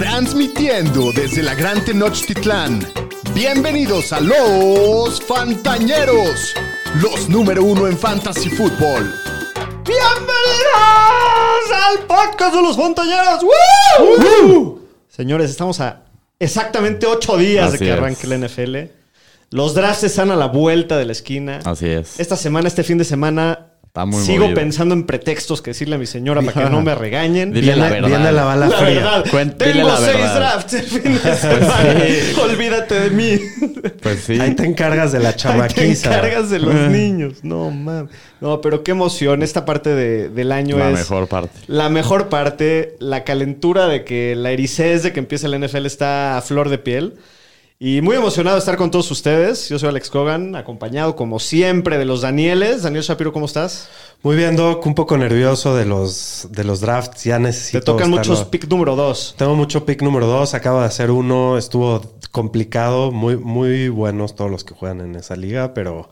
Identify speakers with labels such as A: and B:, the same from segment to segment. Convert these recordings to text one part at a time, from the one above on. A: Transmitiendo desde la Gran Tenochtitlán. Bienvenidos a los Fantañeros, los número uno en Fantasy Fútbol.
B: ¡Bienvenidos al podcast de los Fontañeros! ¡Woo! Señores, estamos a exactamente ocho días
C: Así
B: de que
C: es.
B: arranque la NFL. Los drafts están a la vuelta de la esquina.
C: Así es.
B: Esta semana, este fin de semana,
C: Está muy
B: sigo
C: movido.
B: pensando en pretextos que decirle a mi señora para que no me regañen.
C: Dile la verdad.
D: viene la bala
B: La
D: fría.
B: verdad,
C: Cuen- dile
B: tengo
C: la
B: seis
C: verdad.
B: drafts el fin de semana. Olvídate de mí.
C: Pues sí.
D: Ahí te encargas de la
B: Ay, te
D: chamaquiza.
B: encargas de los niños. No, mames. No, pero qué emoción. Esta parte de- del año
C: La
B: es...
C: mejor parte.
B: La mejor parte, la calentura de que la ericés de que empieza el NFL está a flor de piel. Y muy emocionado de estar con todos ustedes. Yo soy Alex Cogan, acompañado como siempre de los Danieles. Daniel Shapiro, ¿cómo estás?
D: Muy bien, Doc, un poco nervioso de los, de los drafts. Ya necesito.
B: Te tocan
D: estarlo-
B: muchos pick número dos.
D: Tengo mucho pick número dos. Acabo de hacer uno. Estuvo complicado. Muy, muy buenos todos los que juegan en esa liga, pero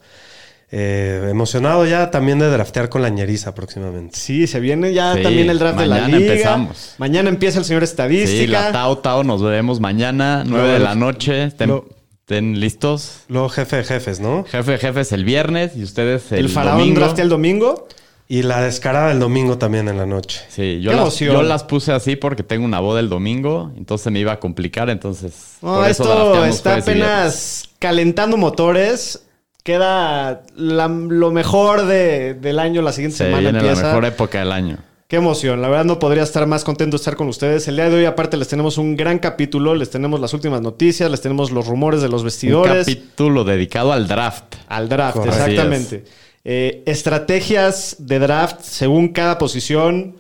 D: eh, emocionado ya también de draftear con la ñeriza próximamente.
B: Sí, se viene ya
C: Sí,
B: también el draft de la
C: mañana
B: liga.
C: empezamos.
B: Mañana empieza el señor Estadística.
C: Sí, la Tao Tao. Nos veremos mañana, 9 de la noche. Estén,
D: Lo-
C: estén listos.
D: Luego jefe de jefes, ¿no?
C: Jefe de jefes el viernes y ustedes el,
B: el faraón
C: domingo.
B: draftea el domingo.
D: Y la descarada el domingo también en la noche.
C: Sí, yo
B: Qué
C: las,
B: emoción.
C: yo las puse así porque tengo una boda el domingo, entonces me iba a complicar, entonces
B: No,
C: por eso
B: esto
C: drafteamos
B: está
C: jueves y viernes.
B: apenas calentando motores. Queda la- lo mejor de- del año la siguiente
C: Se
B: semana.
C: viene
B: Empieza.
C: la mejor época del año.
B: Qué emoción. La verdad no podría estar más contento de estar con ustedes. El día de hoy aparte les tenemos un gran capítulo. Les tenemos las últimas noticias. Les tenemos los rumores de los
C: Un
B: vestidores.
C: capítulo dedicado al draft.
B: Al draft,
D: Correcto.
B: exactamente. Eh, estrategias de draft según cada posición.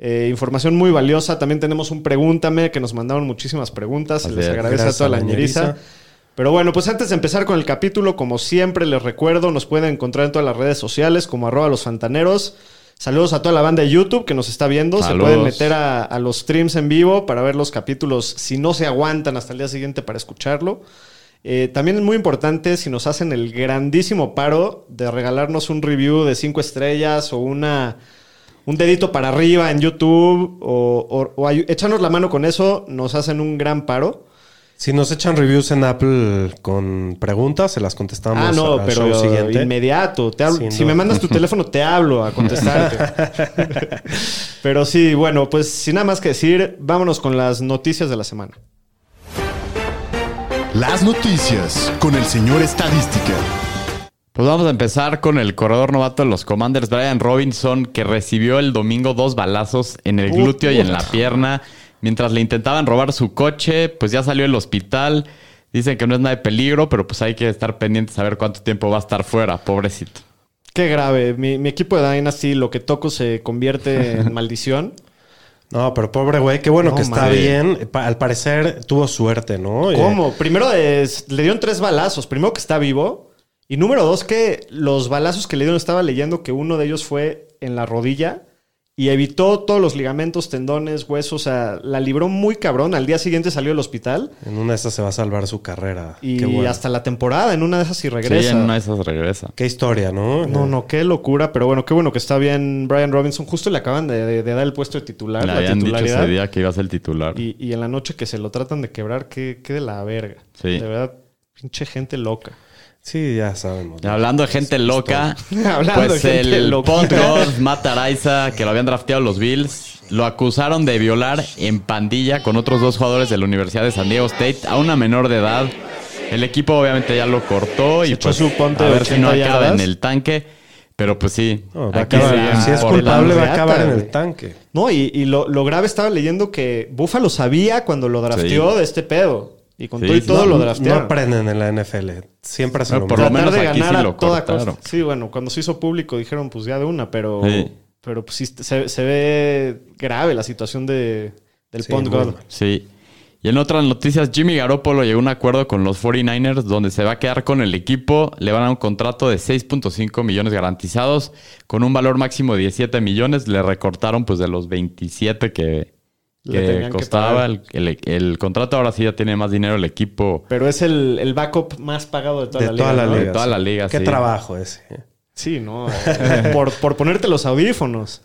B: eh, información muy valiosa. También tenemos un pregúntame que nos mandaron muchísimas preguntas.
C: Así
B: Les
C: es.
B: agradece a
D: Gracias
B: toda
D: a
B: la
D: la
B: ñeriza.
D: ñeriza.
B: Pero bueno, pues antes de empezar con el capítulo, como siempre les recuerdo, nos pueden encontrar en todas las redes sociales como arroba los fantaneros. Saludos a toda la banda de YouTube que nos está viendo.
C: Saludos.
B: Se pueden meter a, a los streams en vivo para ver los capítulos si no se aguantan hasta el día siguiente para escucharlo. Eh, también es muy importante si nos hacen el grandísimo paro de regalarnos un review de cinco estrellas o una un dedito para arriba en YouTube o, o- o ayu- échanos la mano con eso, nos hacen un gran paro.
D: Si nos echan reviews en Apple con preguntas, se las contestamos.
B: ah, no,
D: al
B: pero
D: show siguiente.
B: inmediato. te hablo-
D: Sin
B: si
D: duda.
B: me mandas tu teléfono, te hablo a contestarte. pero sí, bueno, pues sin nada más que decir, vámonos con las noticias de la semana.
A: Las noticias con el señor Estadística.
C: Pues vamos a empezar con el corredor novato de los Commanders, Brian Robinson, que recibió el domingo dos balazos en el glúteo y en la pierna. Mientras le intentaban robar su coche, pues ya salió del hospital. Dicen que no es nada de peligro, pero pues hay que estar pendientes a ver cuánto tiempo va a estar fuera, pobrecito.
B: Qué grave. Mi, mi equipo de Dynasty, lo que toco se convierte en maldición.
D: No, pero pobre güey, qué bueno
B: No,
D: que está
B: madre.
D: bien. Pa- al parecer tuvo suerte, ¿no? Eh,
B: ¿Cómo? Primero es- le dieron tres balazos. Primero que está vivo. Y número dos, que los balazos que le dieron, estaba leyendo que uno de ellos fue en la rodilla y evitó todos los ligamentos, tendones, huesos. O sea, la libró muy cabrón. Al día siguiente salió del hospital
D: en una de esas se va a salvar su carrera.
B: y
D: qué, bueno.
B: hasta la temporada. En una de esas y
C: Sí,
B: regresa.
C: en una de esas regresa.
D: Qué historia, ¿no?
B: No,
D: Eh,
B: no, qué locura. Pero bueno, qué bueno que está bien Brian Robinson. Justo le acaban de, de- de dar el puesto de titular.
C: Le
B: la
C: habían dicho
B: titularidad.
C: ese día que iba a ser el titular.
B: Y, y en la noche que se lo tratan de quebrar, qué, qué de la verga.
C: Sí.
B: De verdad, pinche gente loca.
D: Sí, ya sabemos.
C: Y Hablando de gente loca,
B: Hablando
C: pues
B: de gente
C: el
B: loca.
C: podcast Matt Araiza, que lo habían drafteado los Bills, lo acusaron de violar en pandilla con otros dos jugadores de la Universidad de San Diego State a una menor de edad. El equipo obviamente ya lo cortó y
B: echó
C: pues,
B: su ponte
C: a
B: de
C: ver si no
B: 80
C: acaba en
B: yardas.
C: el tanque, pero pues sí.
D: No, va a
C: aquí
D: acabar-
C: está
D: si es
C: por la-
D: culpable, va a
B: reata,
D: acabar en
B: güey.
D: el tanque.
B: No, y, y lo, lo grave estaba leyendo que Buffalo sabía cuando lo drafteó
C: Sí.
B: de este pedo. Y con
C: Sí,
B: todo y
C: sí.
B: todo lo
D: No- No
B: draftearon.
D: aprenden en la NFL. Siempre se
C: No,
D: lo
C: por
D: meten.
C: lo
B: Tratar
C: menos
B: de
C: aquí
B: ganar
C: sí
B: a
C: lo
B: toda
C: cortaron.
B: costa. Sí, bueno, cuando se hizo público dijeron pues ya de una, pero,
C: Sí.
B: pero pues, sí, se, se ve grave la situación de, del
D: Sí,
B: Pond
D: muy
B: God.
D: mal.
C: Sí. Y en otras noticias, Jimmy Garoppolo llegó a un acuerdo con los 49ers donde se va a quedar con el equipo. Le van a dar un contrato de 6.5 millones garantizados con un valor máximo de 17 millones. Le recortaron pues de los 27 que,
B: Le
C: que
B: tenían que
C: costaba
B: pagar.
C: el, el- el contrato. Ahora sí ya tiene más dinero el equipo
B: Pero es el, el backup más pagado de toda
D: De
B: la liga.
D: toda la
B: ¿no?
D: liga.
C: De toda la liga,
D: Qué
C: sí.
D: trabajo ese.
B: Sí, no. eh, por, por ponerte los audífonos.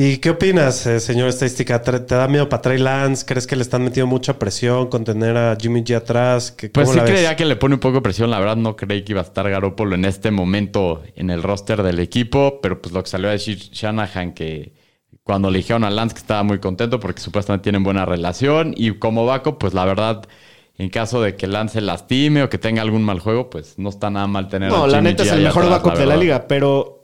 D: ¿Y qué opinas, eh, señor estadística? ¿Te te da miedo para Trey Lance? ¿Crees que le están metiendo mucha presión con tener a Jimmy G atrás? ¿Qué-
C: Pues
D: cómo
C: sí
D: la ves?
C: creía que le pone un poco de presión. La verdad, no creí que iba a estar Garópolo en este momento en el roster del equipo. Pero pues lo que salió a decir Shanahan que cuando le dijeron a Lance que estaba muy contento porque supuestamente tienen buena relación. Y como Baco, pues la verdad, en caso de que Lance se lastime o que tenga algún mal juego, pues no está nada mal tener
B: No,
C: a
B: la
C: Jimmy
B: neta
C: G
B: es el
C: ahí
B: mejor
C: atrás,
B: backup de la
C: verdad.
B: liga, pero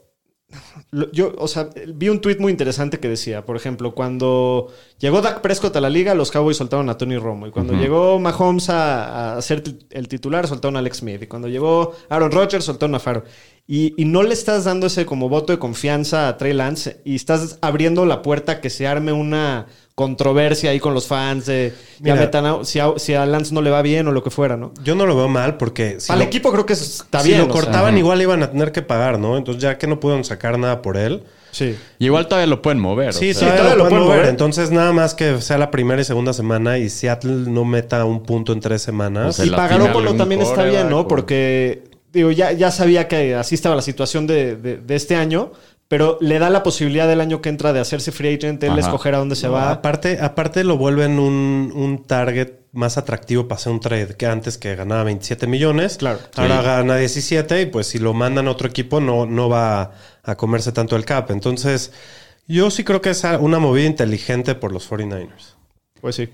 B: lo- yo, o sea, vi un tuit muy interesante que decía, por ejemplo, cuando llegó Dak Prescott a la liga, los Cowboys soltaron a Tony Romo. Y cuando llegó Mahomes a, a ser tit- el titular, soltaron a Alex Smith. Y cuando llegó Aaron Rodgers, soltaron a Faro. Y, y no le estás dando ese como voto de confianza a Trey Lance y estás abriendo la puerta a que se arme una controversia ahí con los fans de ya
D: Mira.
B: metan a- si, a, si a Lance no le va bien o lo que fuera, ¿no?
D: Yo no lo veo mal porque si
B: Al
D: lo-
B: equipo creo que eso está
D: si
B: bien. o
D: lo
B: sea.
D: cortaban igual iban a tener que pagar, ¿no? Entonces ya que no pudieron sacar nada por él.
B: Sí.
C: Y igual todavía lo pueden mover. o
D: sí,
C: sea,
D: todavía, lo pueden mover.
B: mover.
D: Entonces nada más que sea la primera y segunda semana y Seattle no meta un punto en tres semanas.
C: O sea,
B: y
C: Pues la
B: Pagarópolo
C: final,
B: también
C: algún
B: está bien, ¿no?
C: quarterback, o-
B: Porque digo, ya, ya sabía que así estaba la situación de, de- de este año, pero le da la posibilidad del año que entra de hacerse free agent, él
C: Ajá.
B: escoger a dónde se va.
D: Aparte, aparte lo vuelven un, un target más atractivo para hacer un trade que antes que ganaba 27 millones.
B: Claro.
D: Ahora
C: Sí.
D: gana 17 y pues si lo mandan a otro equipo no, no va a comerse tanto el cap. Entonces, yo sí creo que es una movida inteligente por los 49ers.
B: Pues sí.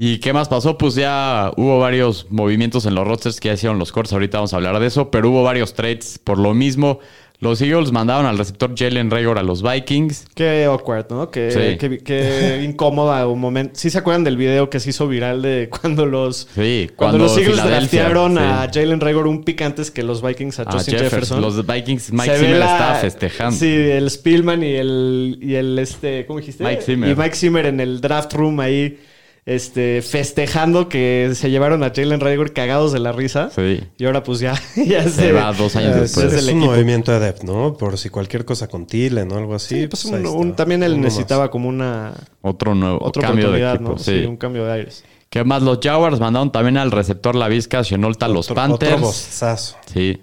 C: ¿Y qué más pasó? Pues ya hubo varios movimientos en los rosters que ya hicieron los cortes. Ahorita vamos a hablar de eso, pero hubo varios trades por lo mismo. Los Eagles mandaron al receptor Jalen Raygor a los Vikings.
B: Qué awkward, ¿no? Qué,
C: Sí.
B: qué- qué incómoda un momento. ¿Sí se acuerdan del video que se hizo viral de cuando los...
C: Sí,
B: Cuando,
C: cuando
B: los Eagles
C: Filadelfia,
B: draftearon a
C: sí.
B: Jalen Raygor un pick antes que los Vikings a
C: A
B: Justin
C: Jefferson.
B: Jefferson.
C: Los Vikings,
B: Se
C: Mike
B: ve
C: Zimmer
B: la-
C: estaba festejando.
B: Sí, el Spillman y el, y el este, ¿cómo dijiste?
C: Mike Zimmer.
B: Y Mike Zimmer en el draft room ahí, este, festejando que se llevaron a Jalen Rager cagados de la risa.
C: Sí.
B: Y ahora pues ya, ya se,
C: Se va dos años
B: Eh,
D: Es,
C: después.
B: es
D: es
B: el
D: un
B: equipo.
D: movimiento adept, ¿no? Por si cualquier cosa con Tillen o algo así.
B: Sí, pues
D: pues, ahí
B: un- un-
D: está.
B: también él
D: Uno más.
B: necesitaba como una
C: Otro nuevo
B: otra
C: cambio de
B: oportunidad,
C: equipo.
B: ¿no?
C: Sí.
B: un cambio de aires.
C: ¿Qué más? Los Jaguars mandaron también al receptor Lavisca Chenolta a los
D: Otro-
C: Panthers.
D: Otro bozazo.
C: Sí.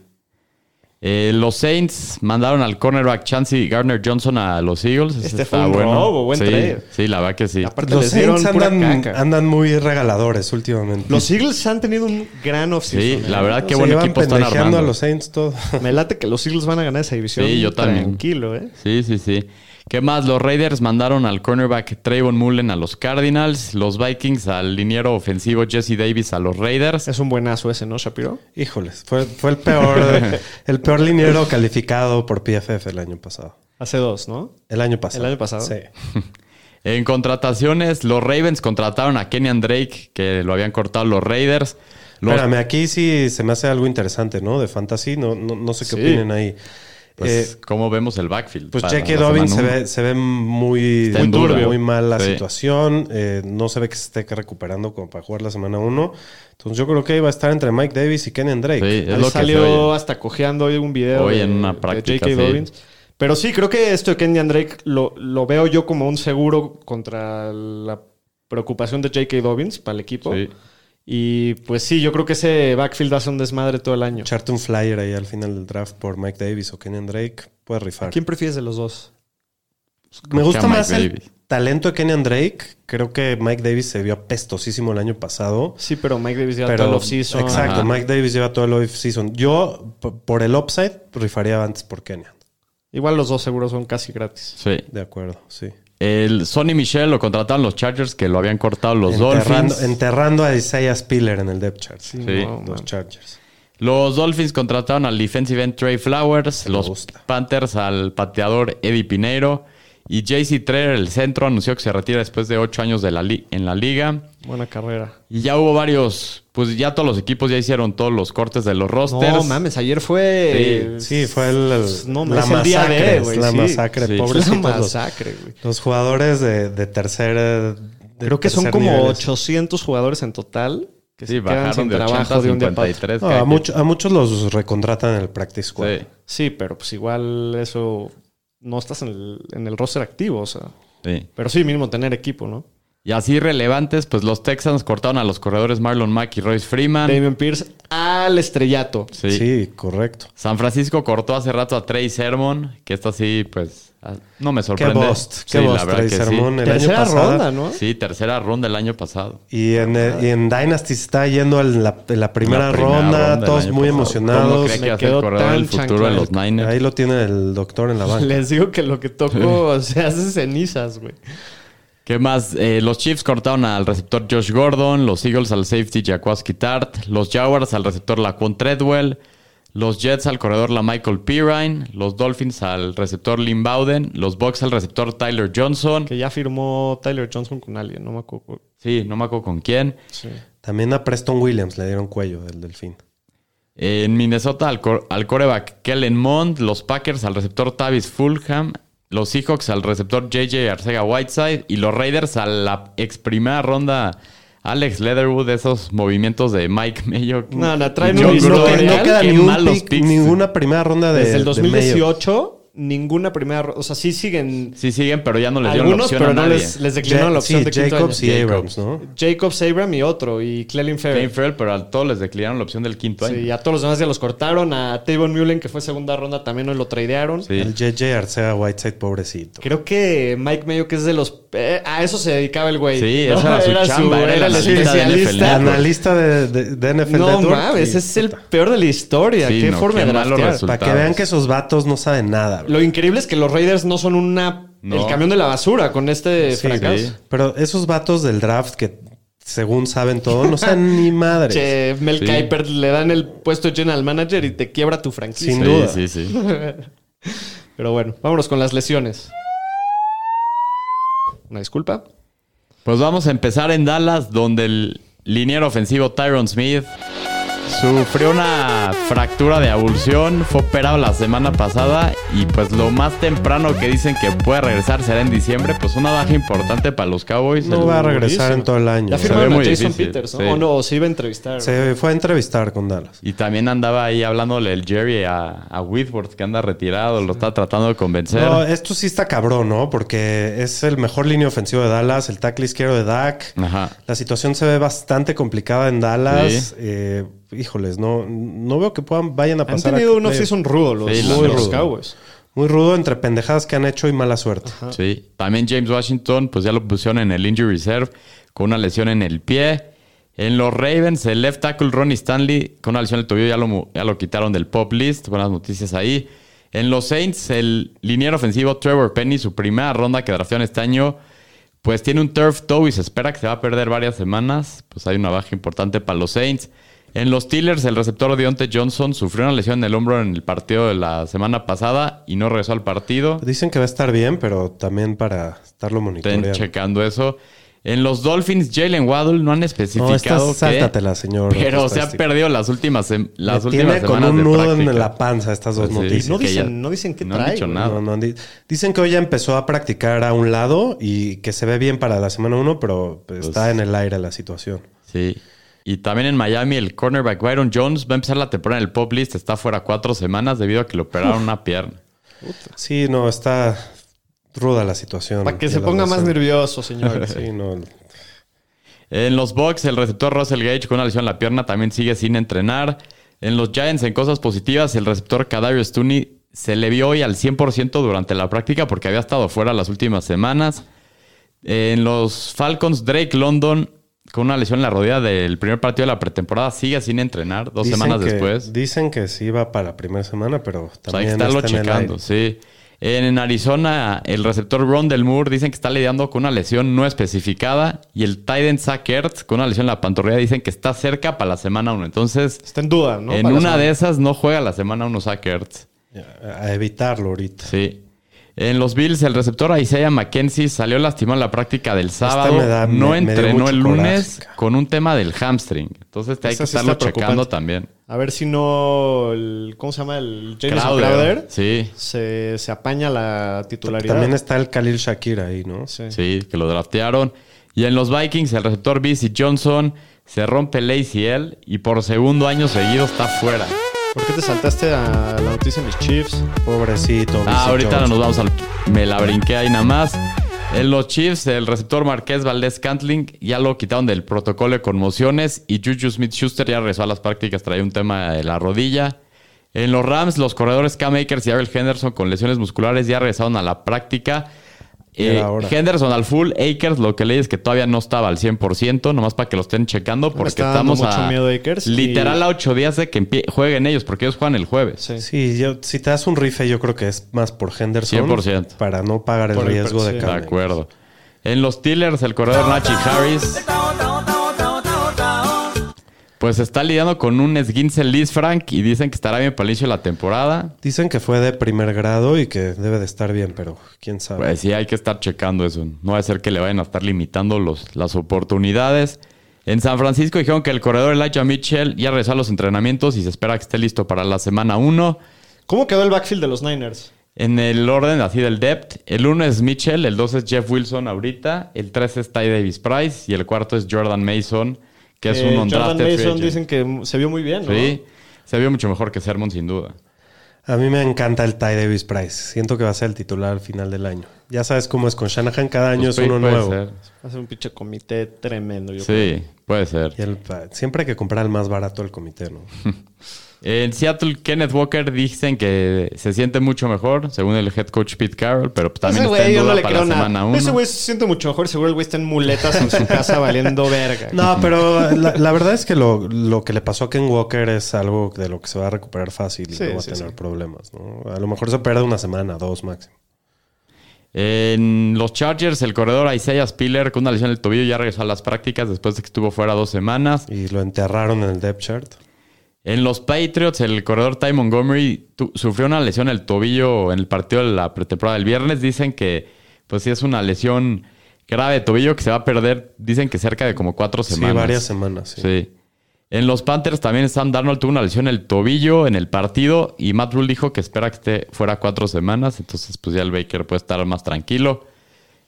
C: Eh, los Saints mandaron al cornerback Chancey Gardner Johnson a los Eagles. Ese
B: Este
C: está
B: fue un
C: bueno.
B: robo, buen
C: sí,
B: trade.
C: sí, la verdad que sí.
B: Aparte
D: Los
B: les dieron
D: Saints
B: pura
D: andan,
B: caca.
D: andan muy regaladores últimamente.
B: Los Eagles han tenido un gran offseason.
C: Sí,
B: ¿eh?
C: la verdad, qué
D: Se
C: buen
D: llevan
C: equipo están
D: pendejeando
C: armando.
D: a los Saints todo.
B: Me late que los Eagles van a ganar esa división.
C: Sí, yo también.
B: Tranquilo, ¿eh?
C: Sí, sí, sí. ¿Qué más? Los Raiders mandaron al cornerback Trayvon Mullen a los Cardinals. Los Vikings al liniero ofensivo Jesse Davis a los Raiders.
B: Es un buenazo ese, ¿no, Shapiro?
D: Híjoles, fue, fue el peor el peor liniero calificado por PFF el año pasado.
B: Hace dos, ¿no?
D: El año pasado.
B: ¿El año pasado?
D: Sí.
C: En contrataciones, los Ravens contrataron a Kenyan Drake, que lo habían cortado los Raiders. Los-
D: Espérame, aquí sí se me hace algo interesante, ¿no? De fantasy, no, no, no sé qué
B: Sí.
D: opinen ahí.
C: pues,
D: Eh,
C: ¿Cómo vemos el backfield?
D: pues
C: para
D: Jackie
C: la
D: Dobbins se
C: semana
D: ve, se ve muy,
C: Está en
D: muy
C: duda.
D: muy mal la
C: Sí.
D: situación. eh, no se ve que se esté recuperando como para jugar la semana 1. Entonces yo creo que iba a estar entre Mike Davis y Kenyon Drake.
C: uno? Sí, es
B: Ahí
C: lo que se
B: salió
C: oye.
B: hasta cojeando hoy un video
C: Hoy
B: de-
C: en una
B: de J.K.
C: práctica, sí.
B: Dobbins. Pero sí, creo que esto de Kenyan Drake lo, lo veo yo como un seguro contra la preocupación de J.K. Dobbins para el equipo.
C: Sí.
B: Y pues sí, yo creo que ese backfield va a ser un desmadre todo el año.
D: Echarte un flyer ahí al final del draft por Mike Davis o Kenyon Drake puede rifar.
B: ¿Quién prefieres de los dos?
D: Me gusta
C: Mike
D: más el
C: Davis.
D: talento de Kenyan Drake. Creo que Mike Davis se vio apestosísimo el año pasado.
B: Sí, pero Mike Davis ya
D: Pero,
B: todo el offseason.
D: Exacto,
C: Ajá.
D: Mike Davis lleva todo el off-season. Yo, p- por el upside, rifaría antes por Kenyan.
B: Igual los dos seguros son casi gratis.
C: Sí.
D: De acuerdo, sí.
C: El Sonny Michel lo contrataron los Chargers, que lo habían cortado los
D: enterrando,
C: Dolphins.
D: enterrando a Isaiah Spiller en el depth chart.
C: Sí.
B: no, man.
D: Los Chargers.
C: Los Dolphins contrataron al defensive end Trey Flowers,
D: me
C: los
D: gusta.
C: Panthers al pateador Eddie Pineiro y JC Treer, el centro, anunció que se retira después de ocho años de la li- en la liga.
B: Buena carrera.
C: Y ya hubo varios, pues ya todos los equipos ya hicieron todos los cortes de los rosters.
B: No mames, ayer fue.
D: Sí, fue el, el-
B: No,
D: la
B: es el día
D: masacre.
B: de,
D: es
B: güey,
D: la
B: sí.
D: masacre.
C: Sí.
B: Es
C: Es la
B: la
D: Pobrecitos los-
B: masacre, güey.
D: Los, jugadores de, de tercer. eh, de
B: Creo que son
D: tercer
B: como
D: nivel.
B: 800 jugadores en total que
C: Sí,
B: se quedan
C: bajaron
B: sin
C: de 80
B: trabajo
C: a
B: de un día para otro.
C: 53.
D: No,
C: cada
D: a,
C: quien.
D: mucho- a muchos los recontratan en el practice squad.
C: Sí,
B: Sí, pero pues igual eso no estás en el, en el roster activo, o sea.
C: sí.
B: Pero sí, mínimo tener equipo, ¿no?
C: Y así relevantes, pues los Texans cortaron a los corredores Marlon Mack y Royce Freeman.
B: Damian Pierce al estrellato.
C: Sí.
D: Sí, correcto.
C: San Francisco cortó hace rato a Trey Sermon, que esta sí, pues, ah, no me
D: Qué
C: sorprende.
D: bost, qué
C: Sí, la
D: bost,
C: verdad
D: Trey
C: que sí.
D: Sermon, el año
B: Tercera
D: pasado.
B: ronda, ¿no?
C: Sí, tercera ronda el año pasado.
D: Y en, eh, y en Dynasty está yendo en la, en la
C: La primera
D: primera, ronda,
C: ronda del
D: todos
C: año
D: muy
C: pasado. ¿Cómo
D: emocionados.
C: cree
B: Me
C: que hace
B: quedó
C: el corredor del
B: tan
C: futuro de los
B: chanclado.
C: Niners?
D: Ahí lo tiene el doctor en la banca.
B: Les digo que lo que toco se hace cenizas, güey.
C: ¿Qué más? Eh, los Chiefs cortaron al receptor Josh Gordon, los Eagles al safety Jaquaski Tart, los Jaguars al receptor Laquan Treadwell, los Jets al corredor la Michael Pirine, los Dolphins al receptor Lynn Bowden, los Bucks al receptor Tyler Johnson.
B: Que ya firmó Tyler Johnson con alguien, no me acuerdo.
C: Sí, no me acuerdo con quién.
B: Sí.
D: También a Preston Williams le dieron cuello del delfín.
C: En Minnesota al, cor- al coreback Kellen Mond, los Packers al receptor Tavis Fulham, los Seahawks al receptor JJ Arcega Whiteside y los Raiders a la ex primera ronda Alex Leatherwood, esos movimientos de Mike Mayo.
B: No, no, traen
C: John
B: un
C: Gruden,
D: no,
B: historial.
D: que- no queda
C: qué
D: ni un
C: malos
D: pick,
C: picks.
D: ninguna primera ronda de.
B: Desde el
D: de
B: 2018, ninguna primera. ro- O sea, sí siguen
C: Sí siguen, pero ya no les dieron
B: algunos,
C: la opción a
B: pero no
C: nadie.
B: les, les
D: Mayo.
B: declinaron
D: Ja-
B: la opción
D: sí,
B: de quinto
D: Jacobs
B: año.
D: y Abrams, ¿no?
B: Jacobs, Abram y otro, y Clelin
C: Plain
B: Ferry.
C: Fair, pero a todos les declinaron la opción del quinto
B: Sí,
C: año.
B: y a todos los demás ya los cortaron. A Tavon Mullen, que fue segunda ronda, también nos lo tradearon.
C: Sí.
D: El JJ Arcega Whiteside, pobrecito.
B: Creo que Mike Mayo, que es de los. eh, a eso se dedicaba el güey.
C: Sí, esa era su chamba, era
B: el
C: el analista de
B: especialista.
C: NFL.
D: Analista de, de- de NFL
B: No
D: Network.
B: mames,
D: y-
B: ese es el peor de la historia.
C: Sí,
B: qué
C: no,
B: forma
C: qué
B: de
C: malos
B: draftear.
C: resultados.
D: Para que vean que esos vatos no saben nada. bro.
B: Lo increíble es que los Raiders no son una
C: No.
B: el camión de la basura con este
D: Sí,
B: fracaso.
C: sí.
D: Pero esos vatos del draft que, según saben todo, no saben ni madres.
B: Che, Mel
C: Sí.
B: Kiper le dan el puesto de general manager y te quiebra tu franquicia.
D: Sin
C: Sí,
D: duda.
C: sí, sí.
B: Pero bueno, vámonos con las lesiones. Una disculpa.
C: Pues vamos a empezar en Dallas, donde el liniero ofensivo Tyron Smith sufrió una fractura de avulsión, fue operado la semana pasada y pues lo más temprano que dicen que puede regresar será en diciembre, pues una baja importante para los Cowboys.
D: No
C: El-
D: va a regresar en todo el año.
B: La
C: Se
B: firmaron
C: ve
B: a
C: muy
B: Jason
C: difícil,
B: Peters, ¿no?
C: sí.
B: O no, se iba a entrevistar.
D: Se fue a entrevistar con Dallas.
C: Y también andaba ahí hablándole el Jerry a, a Whitworth, que anda retirado, lo está tratando de convencer.
D: No, eh, esto sí está cabrón, ¿no? Porque es el mejor línea ofensivo de Dallas, el tackle izquierdo de Dak.
C: Ajá.
D: La situación se ve bastante complicada en Dallas.
C: Sí.
D: Eh, híjoles, no, no veo que puedan, vayan a
B: Han
D: pasar. a
B: tenido un
D: playoff.
B: offseason rudo los,
C: Sí, la
B: muy
C: neta.
B: los Cowboys.
D: Muy rudo entre pendejadas que han hecho y mala suerte.
C: Sí. También James Washington, pues ya lo pusieron en el injury reserve con una lesión en el pie. En los Ravens, el left tackle Ronnie Stanley con una lesión en el tobillo ya lo, mu- ya lo quitaron del pop list. Buenas noticias ahí. En los Saints, el liniero ofensivo Trevor Penny, su primera ronda que draftearon este año, pues tiene un turf toe y se espera que se va a perder varias semanas. Pues hay una baja importante para los Saints. En los Steelers, el receptor Deontay Johnson sufrió una lesión en el hombro en el partido de la semana pasada y no regresó al partido.
D: Dicen que va a estar bien, pero también para estarlo
C: Estén
D: monitoreando.
C: checando eso. En los Dolphins, Jalen Waddle no han especificado
D: No, esta
C: qué,
D: sáltatela, señor
C: Pero se ha
D: estadístico.
C: perdido las últimas, sem- las
D: Me
C: últimas
D: tiene con
C: semanas
D: un
C: de
D: nudo en
C: práctica. Pues
D: la panza estas dos
C: Sí.
D: noticias.
B: No
C: que
B: dicen,
C: ya-
B: no dicen qué
C: no han
B: trae.
C: dicho
B: güey.
C: nada.
D: No, no han di- dicen que hoy ya empezó a practicar a un lado y que se ve bien para la semana 1, pero pues, está en el aire la situación.
C: Sí. Y también en Miami, el cornerback Byron Jones va a empezar la temporada en el pop list. Está fuera cuatro semanas debido a que le operaron una pierna.
D: Sí, no, está ruda la situación.
B: Para que
D: de
B: se
D: la
B: ponga más
D: relación.
B: nervioso, señor.
D: Sí, no.
C: En los Bucks, el receptor Russell Gage con una lesión en la pierna también sigue sin entrenar. En los Giants, en cosas positivas, el receptor Kadarius Tooney se le vio hoy al 100% durante la práctica porque había estado fuera las últimas semanas. En los Falcons, Drake London con una lesión en la rodilla del primer partido de la pretemporada sigue sin entrenar dos
D: Dicen
C: semanas
D: que-
C: después.
D: Dicen que sí va para la primera semana, pero
C: O sea, hay
D: también
C: que estarlo
D: está en el
C: checando,
D: aire.
C: sí. En, en Arizona, el receptor Ron del Moore dicen que está lidiando con una lesión no especificada. Y el Titan Zach Ertz, con una lesión en la pantorrilla dicen que está cerca para la semana 1. Entonces,
B: Está en duda, ¿no?
C: en
B: Para
C: una
B: su-
C: de esas no juega la semana 1 Zach Ertz.
D: A evitarlo ahorita.
C: Sí. En los Bills, el receptor Isaiah McKenzie salió lastimado en la práctica del sábado.
D: me da-
C: no
D: me- me dio
C: entrenó
D: mucho
C: el
D: coraje,
C: lunes
D: cabrón.
C: con un tema del hamstring. Entonces, te hay
B: Esa
C: que
B: sí
C: estarlo
B: está
C: checando
B: preocupante.
C: también.
B: A ver si no el... ¿Cómo se llama? El James Crowder.
C: Sí,
B: Se, se apaña la titularidad.
D: También está el Khalil Shakir ahí, ¿no?
B: Sí.
C: Sí, que lo draftearon. Y en los Vikings, el receptor BC Johnson se rompe el ACL y por segundo año seguido está fuera.
B: ¿Por qué te saltaste a la noticia de mis Chiefs?
D: Pobrecito.
C: Ah,
D: Missy
C: ahorita
D: Jones.
C: nos vamos al. Me la brinqué ahí nada más. En los Chiefs, el receptor Marqués Valdés Cantling ya lo quitaron del protocolo de conmociones y Juju Smith Schuster ya regresó a las prácticas, traía un tema de la rodilla. En los Rams, los corredores Cam Akers y Abel Henderson con lesiones musculares ya regresaron a la práctica. Eh,
D: Era hora.
C: Henderson al full, Akers lo que leí es que todavía no estaba al 100%, nomás para que lo estén checando porque
B: está dando
C: estamos
B: mucho
C: a
B: miedo Akers y-
C: literal a ocho días de que empie- jueguen ellos porque ellos juegan el jueves.
B: Sí.
D: Sí, yo, si te das un rife, yo creo que es más por Henderson.
C: 100%.
D: Para no pagar el
B: Por el
D: riesgo
B: per-
D: de
B: sí.
C: De
D: Cam Akers.
C: acuerdo. En los Steelers, el corredor Nachi Harris. Pues está lidiando con un esguince Liz Frank y dicen que estará bien para el inicio de la temporada.
D: Dicen que fue de primer grado y que debe de estar bien, pero quién sabe.
C: Pues sí, hay que estar checando eso. No va a ser que le vayan a estar limitando los, las oportunidades. En San Francisco dijeron que el corredor Elijah Mitchell ya regresó a los entrenamientos y se espera que esté listo para la semana 1.
B: ¿Cómo quedó el backfield de los Niners?
C: En el orden así del depth, el 1 es Mitchell, el 2 es Jeff Wilson ahorita, el 3 es Ty Davis Price y el cuarto es Jordan Mason, que es
B: Eh,
C: un
B: Jordan
C: undrafted free
B: Mason
C: agent.
B: dicen que mm, se vio muy bien, ¿no?
C: Sí, se vio mucho mejor que Sermon sin duda.
D: A mí me encanta el Ty Davis Price. Siento que va a ser el titular al final del año. Ya sabes cómo es con Shanahan, cada año
C: Pues
D: es
C: sí,
D: uno
C: puede
D: nuevo.
C: ser.
B: Hace un pinche comité tremendo. Yo creo.
C: Sí, puede ser.
D: Y el pa- siempre hay que comprar el más barato del comité, ¿no?
C: En Seattle, Kenneth Walker dicen que se siente mucho mejor, según el head coach Pete Carroll, pero pues también
B: Ese
C: está
B: güey,
C: en
B: yo
C: duda
B: no le
C: para
B: creo
C: la semana
B: nada.
C: 1.
B: Ese güey se siente mucho mejor. Seguro el güey está en muletas en su casa valiendo verga.
D: No, pero la, la verdad es que lo, lo que le pasó a Ken Walker es algo de lo que se va a recuperar fácil y
B: Sí,
D: no va a
B: sí,
D: tener
B: sí.
D: problemas, ¿no? A lo mejor se pierde una semana, dos máximo.
C: En los Chargers, el corredor Isaiah Spiller con una lesión en el tobillo ya regresó a las prácticas después de que estuvo fuera dos semanas.
D: Y lo enterraron en el depth chart.
C: En los Patriots, el corredor Ty Montgomery tu- sufrió una lesión en el tobillo en el partido de la pretemporada del viernes. Dicen que, pues sí, es una lesión grave de tobillo que se va a perder, dicen que cerca de como cuatro semanas.
D: Sí, varias semanas. Sí.
C: Sí. En los Panthers también Sam Darnold tuvo una lesión en el tobillo en el partido y Matt Rule dijo que espera que esté fuera cuatro semanas. Entonces, pues ya el Baker puede estar más tranquilo.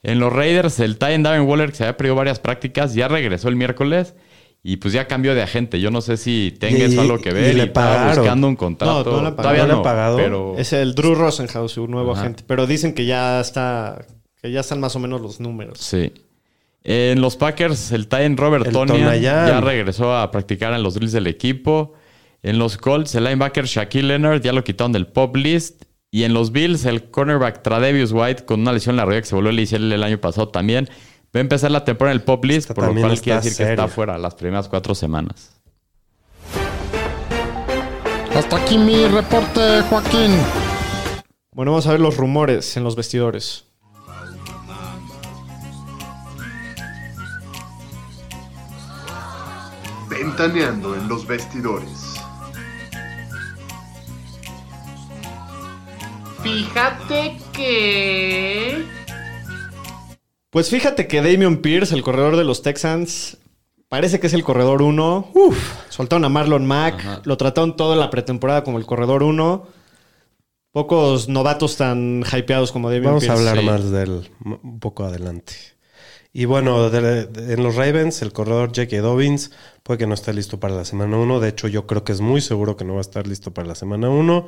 C: En los Raiders, el Tyen Darren Waller, que se había perdido varias prácticas, ya regresó el miércoles y pues ya cambió de agente. Yo no sé si tenga eso
D: Y-
C: algo que ver.
D: y le
C: estaba
D: pagaron.
C: buscando un contrato.
B: No, no le han pagado.
C: Todavía
D: ¿No le
C: no,
D: han pagado?
C: pero-
B: Es el Drew Rosenhaus, su nuevo
C: Ajá.
B: agente. Pero dicen que ya está. Que ya están más o menos los números.
C: Sí. En los Packers, el Tyen Robert
D: El
C: Tonyan
D: Tonayán.
C: ya regresó a practicar en los drills del equipo. En los Colts, el linebacker Shaquille Leonard ya lo quitaron del pop list. Y en los Bills, el cornerback Tradevius White con una lesión en la rodilla que se volvió a ICL el año pasado también. Va a empezar la temporada en el pop list,
D: Esta
C: por lo
D: también
C: cual
D: está
C: quiere decir que
D: seria.
C: está fuera las primeras cuatro semanas.
A: Hasta aquí mi reporte, Joaquín.
B: Bueno, vamos a ver los rumores en los vestidores.
A: Ventaneando en los vestidores.
E: Fíjate que...
B: Pues fíjate que Damian Pierce, el corredor de los Texans, parece que es el corredor 1. Uf. Soltaron a Marlon Mack, lo trataron toda la pretemporada como el corredor 1. Pocos novatos tan hypeados como Damian
D: Vamos a
B: Pierce.
D: hablar
C: sí.
D: más del m- un poco adelante. Y bueno, de- de- en los Ravens, el corredor J.K. Dobbins puede que no esté listo para la semana 1. De hecho, yo creo que es muy seguro que no va a estar listo para la semana 1.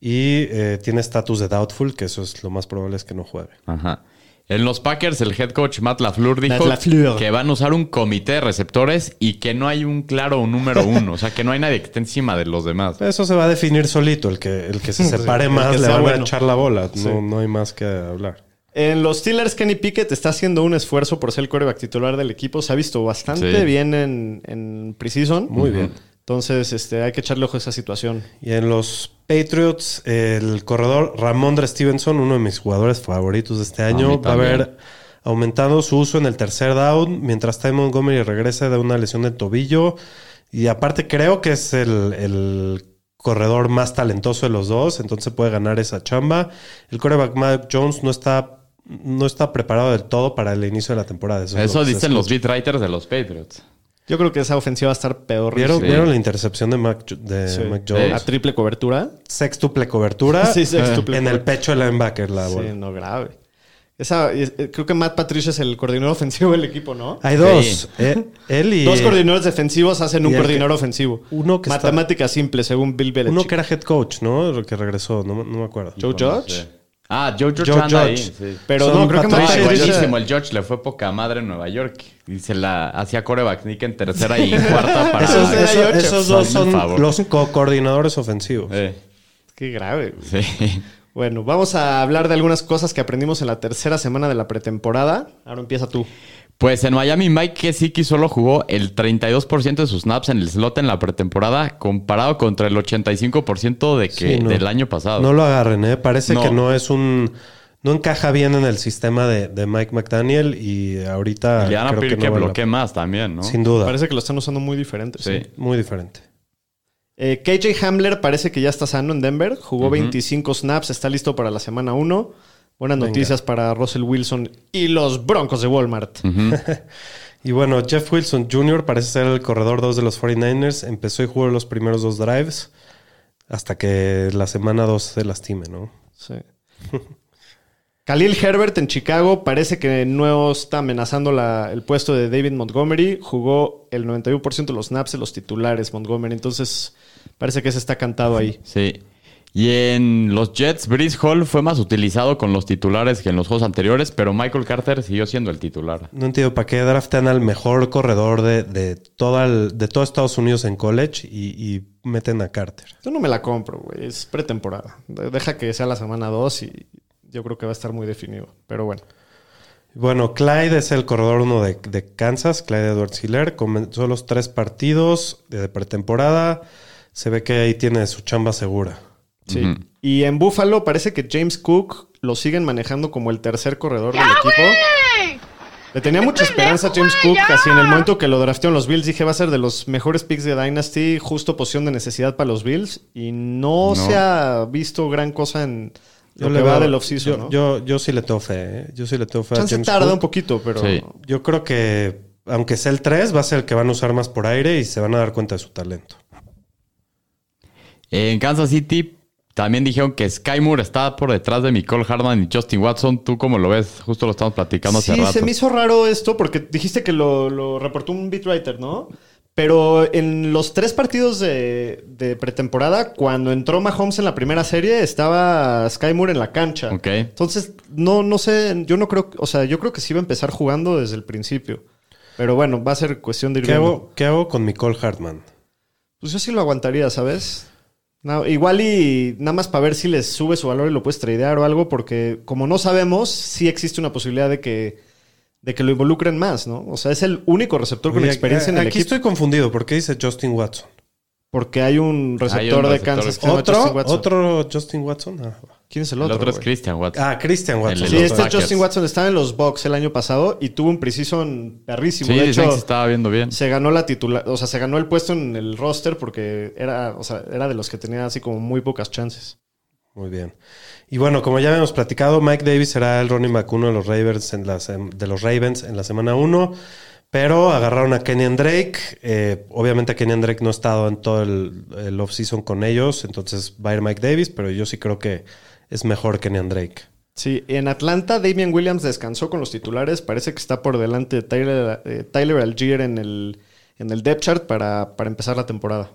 D: Y eh, tiene estatus de doubtful, que eso es lo más probable es que no juegue.
C: Ajá. En los Packers, el head coach Matt LaFleur dijo
B: Matt LaFleur.
C: que van a usar un comité de receptores y que no hay un claro número uno. o sea, que no hay nadie que esté encima de los demás.
D: Eso se va a definir solito. El que, el que se separe
B: el
D: más
B: que
D: le
B: sea
D: van
B: bueno.
D: a echar la bola.
B: Sí.
D: No, no hay más que hablar.
B: En los Steelers, Kenny Pickett está haciendo un esfuerzo por ser el coreback titular del equipo. Se ha visto bastante
C: Sí.
B: bien en, en preseason.
D: Muy bien.
B: Entonces, este, hay que echarle ojo a esa situación.
D: Y en los Patriots, el corredor Ramondre Stevenson, uno de mis jugadores favoritos de este año,
C: mí
D: va a
C: también.
D: haber aumentado su uso en el tercer down mientras Ty Montgomery regresa de una lesión de tobillo. Y aparte, creo que es el, el corredor más talentoso de los dos, entonces puede ganar esa chamba. El coreback Mac Jones no está, no está preparado del todo para el inicio de la temporada. Eso, es lo
C: Eso
D: que se
C: dicen los
D: escucha.
C: beat writers de los Patriots.
B: Yo creo que esa ofensiva va a estar peor.
D: ¿Vieron,
C: Sí.
D: vieron la intercepción de Mac, de
B: Sí.
D: Mac Jones?
B: A triple cobertura.
D: Sextuple cobertura.
B: Sí, sextuple
D: En el
B: cobertura.
D: pecho del linebacker la
B: Sí,
D: bola.
B: no, grave. Esa, es- eh, creo que Matt Patricia es el coordinador ofensivo del equipo, ¿no?
D: Hay
C: Sí.
D: dos. Eh, él y.
B: Dos coordinadores defensivos hacen un
D: y el
B: coordinador
D: que-
B: ofensivo.
D: uno que está-
B: Matemática simple, según Bill Belichick.
D: Uno que era head coach, ¿no? El que regresó, no, no me acuerdo.
B: Joe Judge.
C: Sí. Ah, Joe George
D: Joe
C: anda ahí,
D: George.
C: sí.
B: Pero
D: Son
B: no, creo que
C: No,
D: Patricia
B: Matt
D: Patricia-
B: Patricia-
C: buenísimo. El George le fue poca madre en Nueva York. Y se la hacía coreback sneak en tercera y en cuarta para...
D: Esos,
B: Ah,
D: eso-
B: hay ocho.
D: esos dos
C: Por
D: son
C: favor.
D: los co-coordinadores ofensivos.
C: Eh,
B: Qué grave. güey.
C: sí.
B: Bueno, vamos a hablar de algunas cosas que aprendimos en la tercera semana de la pretemporada. Ahora empieza tú.
C: Pues en Miami, Mike Gesicki solo jugó el 32% de sus snaps en el slot en la pretemporada, comparado contra el 85% de que,
D: Sí, no.
C: del año pasado.
D: No lo agarren, ¿eh? Parece
C: No.
D: que no es un. No encaja bien en el sistema de, de Mike McDaniel y ahorita.
C: Le van a
D: creo
C: pedir
D: no
C: que
D: vale la
C: bloquee más también, ¿no?
D: pena. Sin duda.
B: Parece que lo están usando muy diferente.
C: Sí.
D: Muy diferente.
B: Eh, KJ Hamler parece que ya está sano en Denver. Jugó 25 snaps, está listo para la semana 1. Buenas noticias para Russell Wilson y los Broncos de Walmart.
D: Y bueno, Jeff Wilson Jr. parece ser el corredor 2 de los 49ers. Empezó y jugó los primeros dos drives hasta que la semana 2 se lastime, ¿no?
B: Sí. Khalil Herbert en Chicago parece que no está amenazando la- el puesto de David Montgomery. Jugó el 91% de los snaps de los titulares Montgomery. Entonces parece que se está cantado ahí.
C: Sí. Y en los Jets, Brice Hall fue más utilizado con los titulares que en los juegos anteriores, pero Michael Carter siguió siendo el titular.
D: No entiendo para qué draftean al mejor corredor de, de, toda el- de todo Estados Unidos en college y, y meten a Carter.
B: Yo no me la compro, güey. Es pretemporada. De- Deja que sea la semana 2 y yo creo que va a estar muy definido. Pero bueno.
D: Bueno, Clyde es el corredor 1 de, de Kansas, Clyde Edwards Hiller. Comenzó los tres partidos de pretemporada. Se ve que ahí tiene su chamba segura.
B: Sí. Y en Buffalo parece que James Cook lo siguen manejando como el tercer corredor del equipo. Le tenía mucha esperanza a James Cook, así en el momento que lo draftearon los Bills, dije va a ser de los mejores picks de Dynasty, justo posición de necesidad para los Bills, y no,
C: No.
B: se ha visto gran cosa en lo
D: Yo
B: que
D: le
B: va
D: veo-
B: del
D: yo,
B: offseason, ¿no?
D: yo, yo sí le tengo fe, ¿eh? Yo sí le tengo fe
B: Chance
D: a James
B: tarda
D: Cook.
B: un poquito, pero
C: Sí.
D: Yo creo que, aunque sea el 3, va a ser el que van a usar más por aire y se van a dar cuenta de su talento.
C: En Kansas City también dijeron que Sky Moore está por detrás de Nicole Hardman y Justin Watson. ¿Tú cómo lo ves? Justo lo estamos platicando hace
B: sí,
C: rato.
B: se me hizo raro esto porque dijiste que lo, lo reportó un beat writer, ¿no? Pero en los tres partidos de, de pretemporada, cuando entró Mahomes en la primera serie, estaba Sky Moore en la cancha.
C: Ok.
B: Entonces, no, no sé, yo no creo, o sea, yo creo que sí iba a empezar jugando desde el principio. Pero bueno, va a ser cuestión de ir
D: ¿Qué
B: viendo.
D: hago, ¿Qué hago con Nicole Hartman?
B: Pues yo sí lo aguantaría, ¿sabes? No, igual y nada más para ver si les sube su valor y lo puedes tradear o algo, porque como no sabemos, sí existe una posibilidad de que, de que lo involucren más, ¿no? O sea, es el único receptor con
D: Oye,
B: experiencia en el
D: eh, aquí
B: equipo.
D: estoy confundido. ¿Por qué dice Justin Watson?
B: Porque hay un receptor,
C: Hay un
B: de
C: receptor
B: Kansas que se llama
D: ¿Otro?
B: Justin Watson.
D: ¿Otro Justin Watson? Ah,
B: ¿Quién es el
C: el
B: otro?
C: otro, es
B: güey?
C: Christian Watson.
D: ah, Christian Watson.
C: El
B: Sí,
C: de los
B: este
C: Packers.
B: Justin Watson estaba en los Bucks el año pasado y tuvo un precision perrísimo.
C: sí,
B: de
C: dicen que se
B: hecho,
C: estaba viendo bien.
B: se ganó la titular, o sea, se ganó el puesto en el roster porque era, o sea, era de los que tenía así como muy pocas chances.
D: Muy bien. Y bueno, como ya habíamos platicado, Mike Davis será el Ronnie McCuno de los Ravens en la, sem- de los Ravens en la semana 1, pero agarraron a Kenyan Drake. Eh, obviamente Kenyan Drake no ha estado en todo el, el offseason con ellos, entonces va a ir Mike Davis, pero yo sí creo que es mejor Kenyan Drake.
B: Sí, en Atlanta Damian Williams descansó con los titulares. Parece que está por delante de Tyler, eh, Tyler Algier en el, en el depth chart para, para empezar la temporada.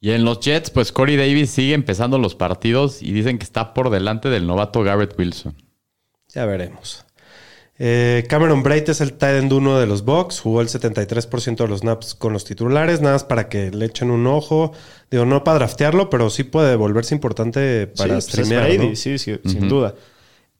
C: Y en los Jets, pues Corey Davis sigue empezando los partidos y dicen que está por delante del novato Garrett Wilson.
D: Ya veremos. Eh, Cameron Bright es el tight end uno de los Bucks. Jugó el 73% de los snaps con los titulares. Nada más para que le echen un ojo. Digo, no para draftearlo, pero sí puede volverse importante para
B: sí, pues es
D: streamear.
B: Brady,
D: ¿no?
B: sí, sí, sin duda.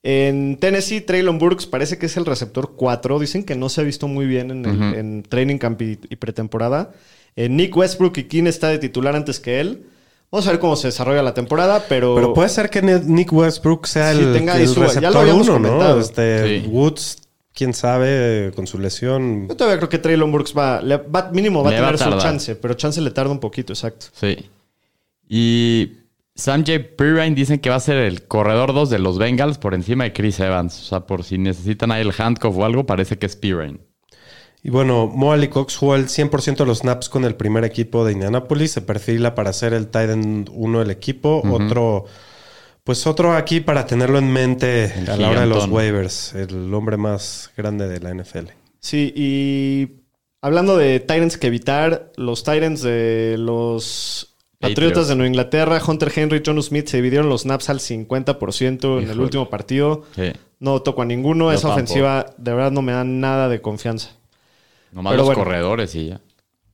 B: En Tennessee, Traylon Burks parece que es el receptor 4. Dicen que no se ha visto muy bien en, el- en training camp y, y pretemporada. Eh, Nick Westbrook y Keane está de titular antes que él. Vamos a ver cómo se desarrolla la temporada, pero... pues,
D: Pero puede ser que Ne- Nick Westbrook sea
B: Sí,
D: el,
B: tenga ahí
D: el
B: su- ya lo
D: receptor
B: habíamos
D: uno, ¿no?
B: comentado.
D: Este,
C: Sí.
D: Woods, quién sabe, eh, con su lesión.
B: Yo todavía creo que Traylon Burks va, le va- mínimo va a
C: Le va
B: tener
C: a
B: su
C: tardar.
B: chance, pero chance le tarda un poquito, exacto.
C: Sí. Y Sam J. Perrine dicen que va a ser el corredor 2 de los Bengals por encima de Chris Evans. O sea, por si necesitan ahí el handcuff o algo, parece que es Perrine.
D: Y bueno, Mo Ali Cox jugó el 100% de los snaps con el primer equipo de Indianapolis. Se perfila para ser el tight end uno del equipo. Otro, pues otro aquí para tenerlo en mente a la hora de los
C: gigantón.
D: waivers. El hombre más grande de la NFL.
B: Sí, y hablando de Tyrants que evitar, los Tyrants de los Patriotas de Nueva Inglaterra, Hunter Henry, John Smith se dividieron los snaps al 50% en el
C: Híjole.
B: último partido.
C: Sí.
B: No toco a ninguno.
C: Yo
B: Esa
C: tampoco.
B: ofensiva de verdad no me da nada de confianza.
C: Nomás
B: Pero
C: los
B: bueno.
C: corredores y ya.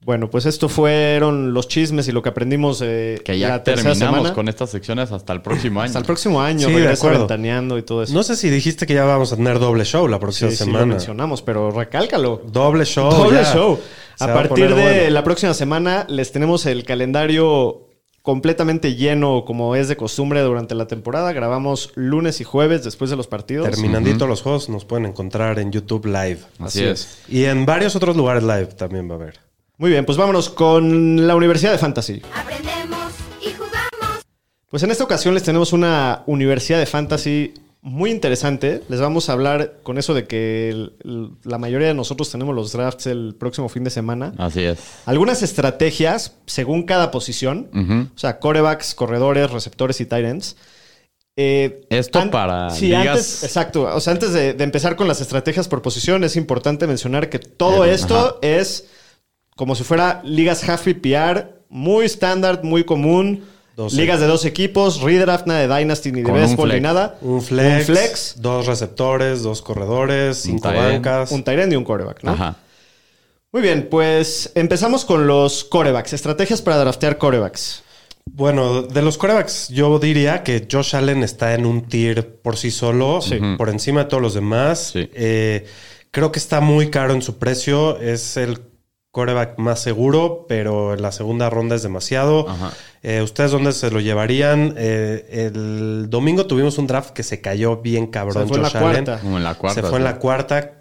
B: Bueno, pues esto fueron los chismes y lo que aprendimos eh,
C: Que ya
B: la tercera
C: terminamos
B: semana.
C: con estas secciones hasta el próximo año.
B: Hasta el próximo año,
D: Sí, de
B: regresa
D: acuerdo.
B: ventaneando y todo eso.
D: No sé si dijiste que ya vamos a tener doble show la
B: sí,
D: próxima
B: sí, lo
D: semana.
B: mencionamos, pero recálcalo.
D: doble show.
B: Doble
D: Oh, ya.
B: show.
D: Se
B: A
D: va
B: partir
D: poner
B: de
D: bueno.
B: la próxima semana les tenemos el calendario completamente lleno, como es de costumbre durante la temporada. Grabamos lunes y jueves después de los partidos.
D: Terminandito los juegos, nos pueden encontrar en YouTube Live.
C: Así es.
D: Y en varios otros lugares live también va a haber.
B: Muy bien, pues vámonos con la Universidad de Fantasy.
F: Aprendemos y jugamos.
B: Pues en esta ocasión les tenemos una Universidad de Fantasy muy interesante. Les vamos a hablar con eso de que el- el- la mayoría de nosotros tenemos los drafts el próximo fin de semana.
C: Así es.
B: Algunas estrategias según cada posición.
C: Ujú.
B: O sea, corebacks, corredores, receptores y tight ends. Eh,
C: Esto
B: an-
C: para
B: Sí,
C: ligas-
B: antes, exacto. O sea, antes de, de empezar con las estrategias por posición, es importante mencionar que todo
C: Eh,
B: esto
C: ajá.
B: es como si fuera ligas half PPR, muy estándar, muy común.
D: 12.
B: Ligas de dos equipos, redraft, nada de Dynasty ni de
C: Con un
B: Baseball ni
C: flex.
B: nada.
D: Un flex,
B: Un flex.
D: dos receptores, dos corredores, cinco
C: tight end.
D: bancas.
B: Un tight end y un coreback, ¿no?
C: Ajá.
B: Muy bien, pues empezamos con los corebacks. Estrategias para draftear corebacks.
D: Bueno, de los corebacks, yo diría que Josh Allen está en un tier por sí solo,
B: Sí.
D: por encima de todos los demás.
C: Sí.
D: Eh, creo que está muy caro en su precio. Es el coreback más seguro, pero en la segunda ronda es demasiado.
C: Ajá.
D: Eh, ¿Ustedes dónde se lo llevarían? Eh, el domingo tuvimos un draft que se cayó bien cabrón.
B: Se fue en la
D: Josh Allen.
B: cuarta.
C: Como en la cuarta.
D: se fue
C: sí.
D: en la cuarta,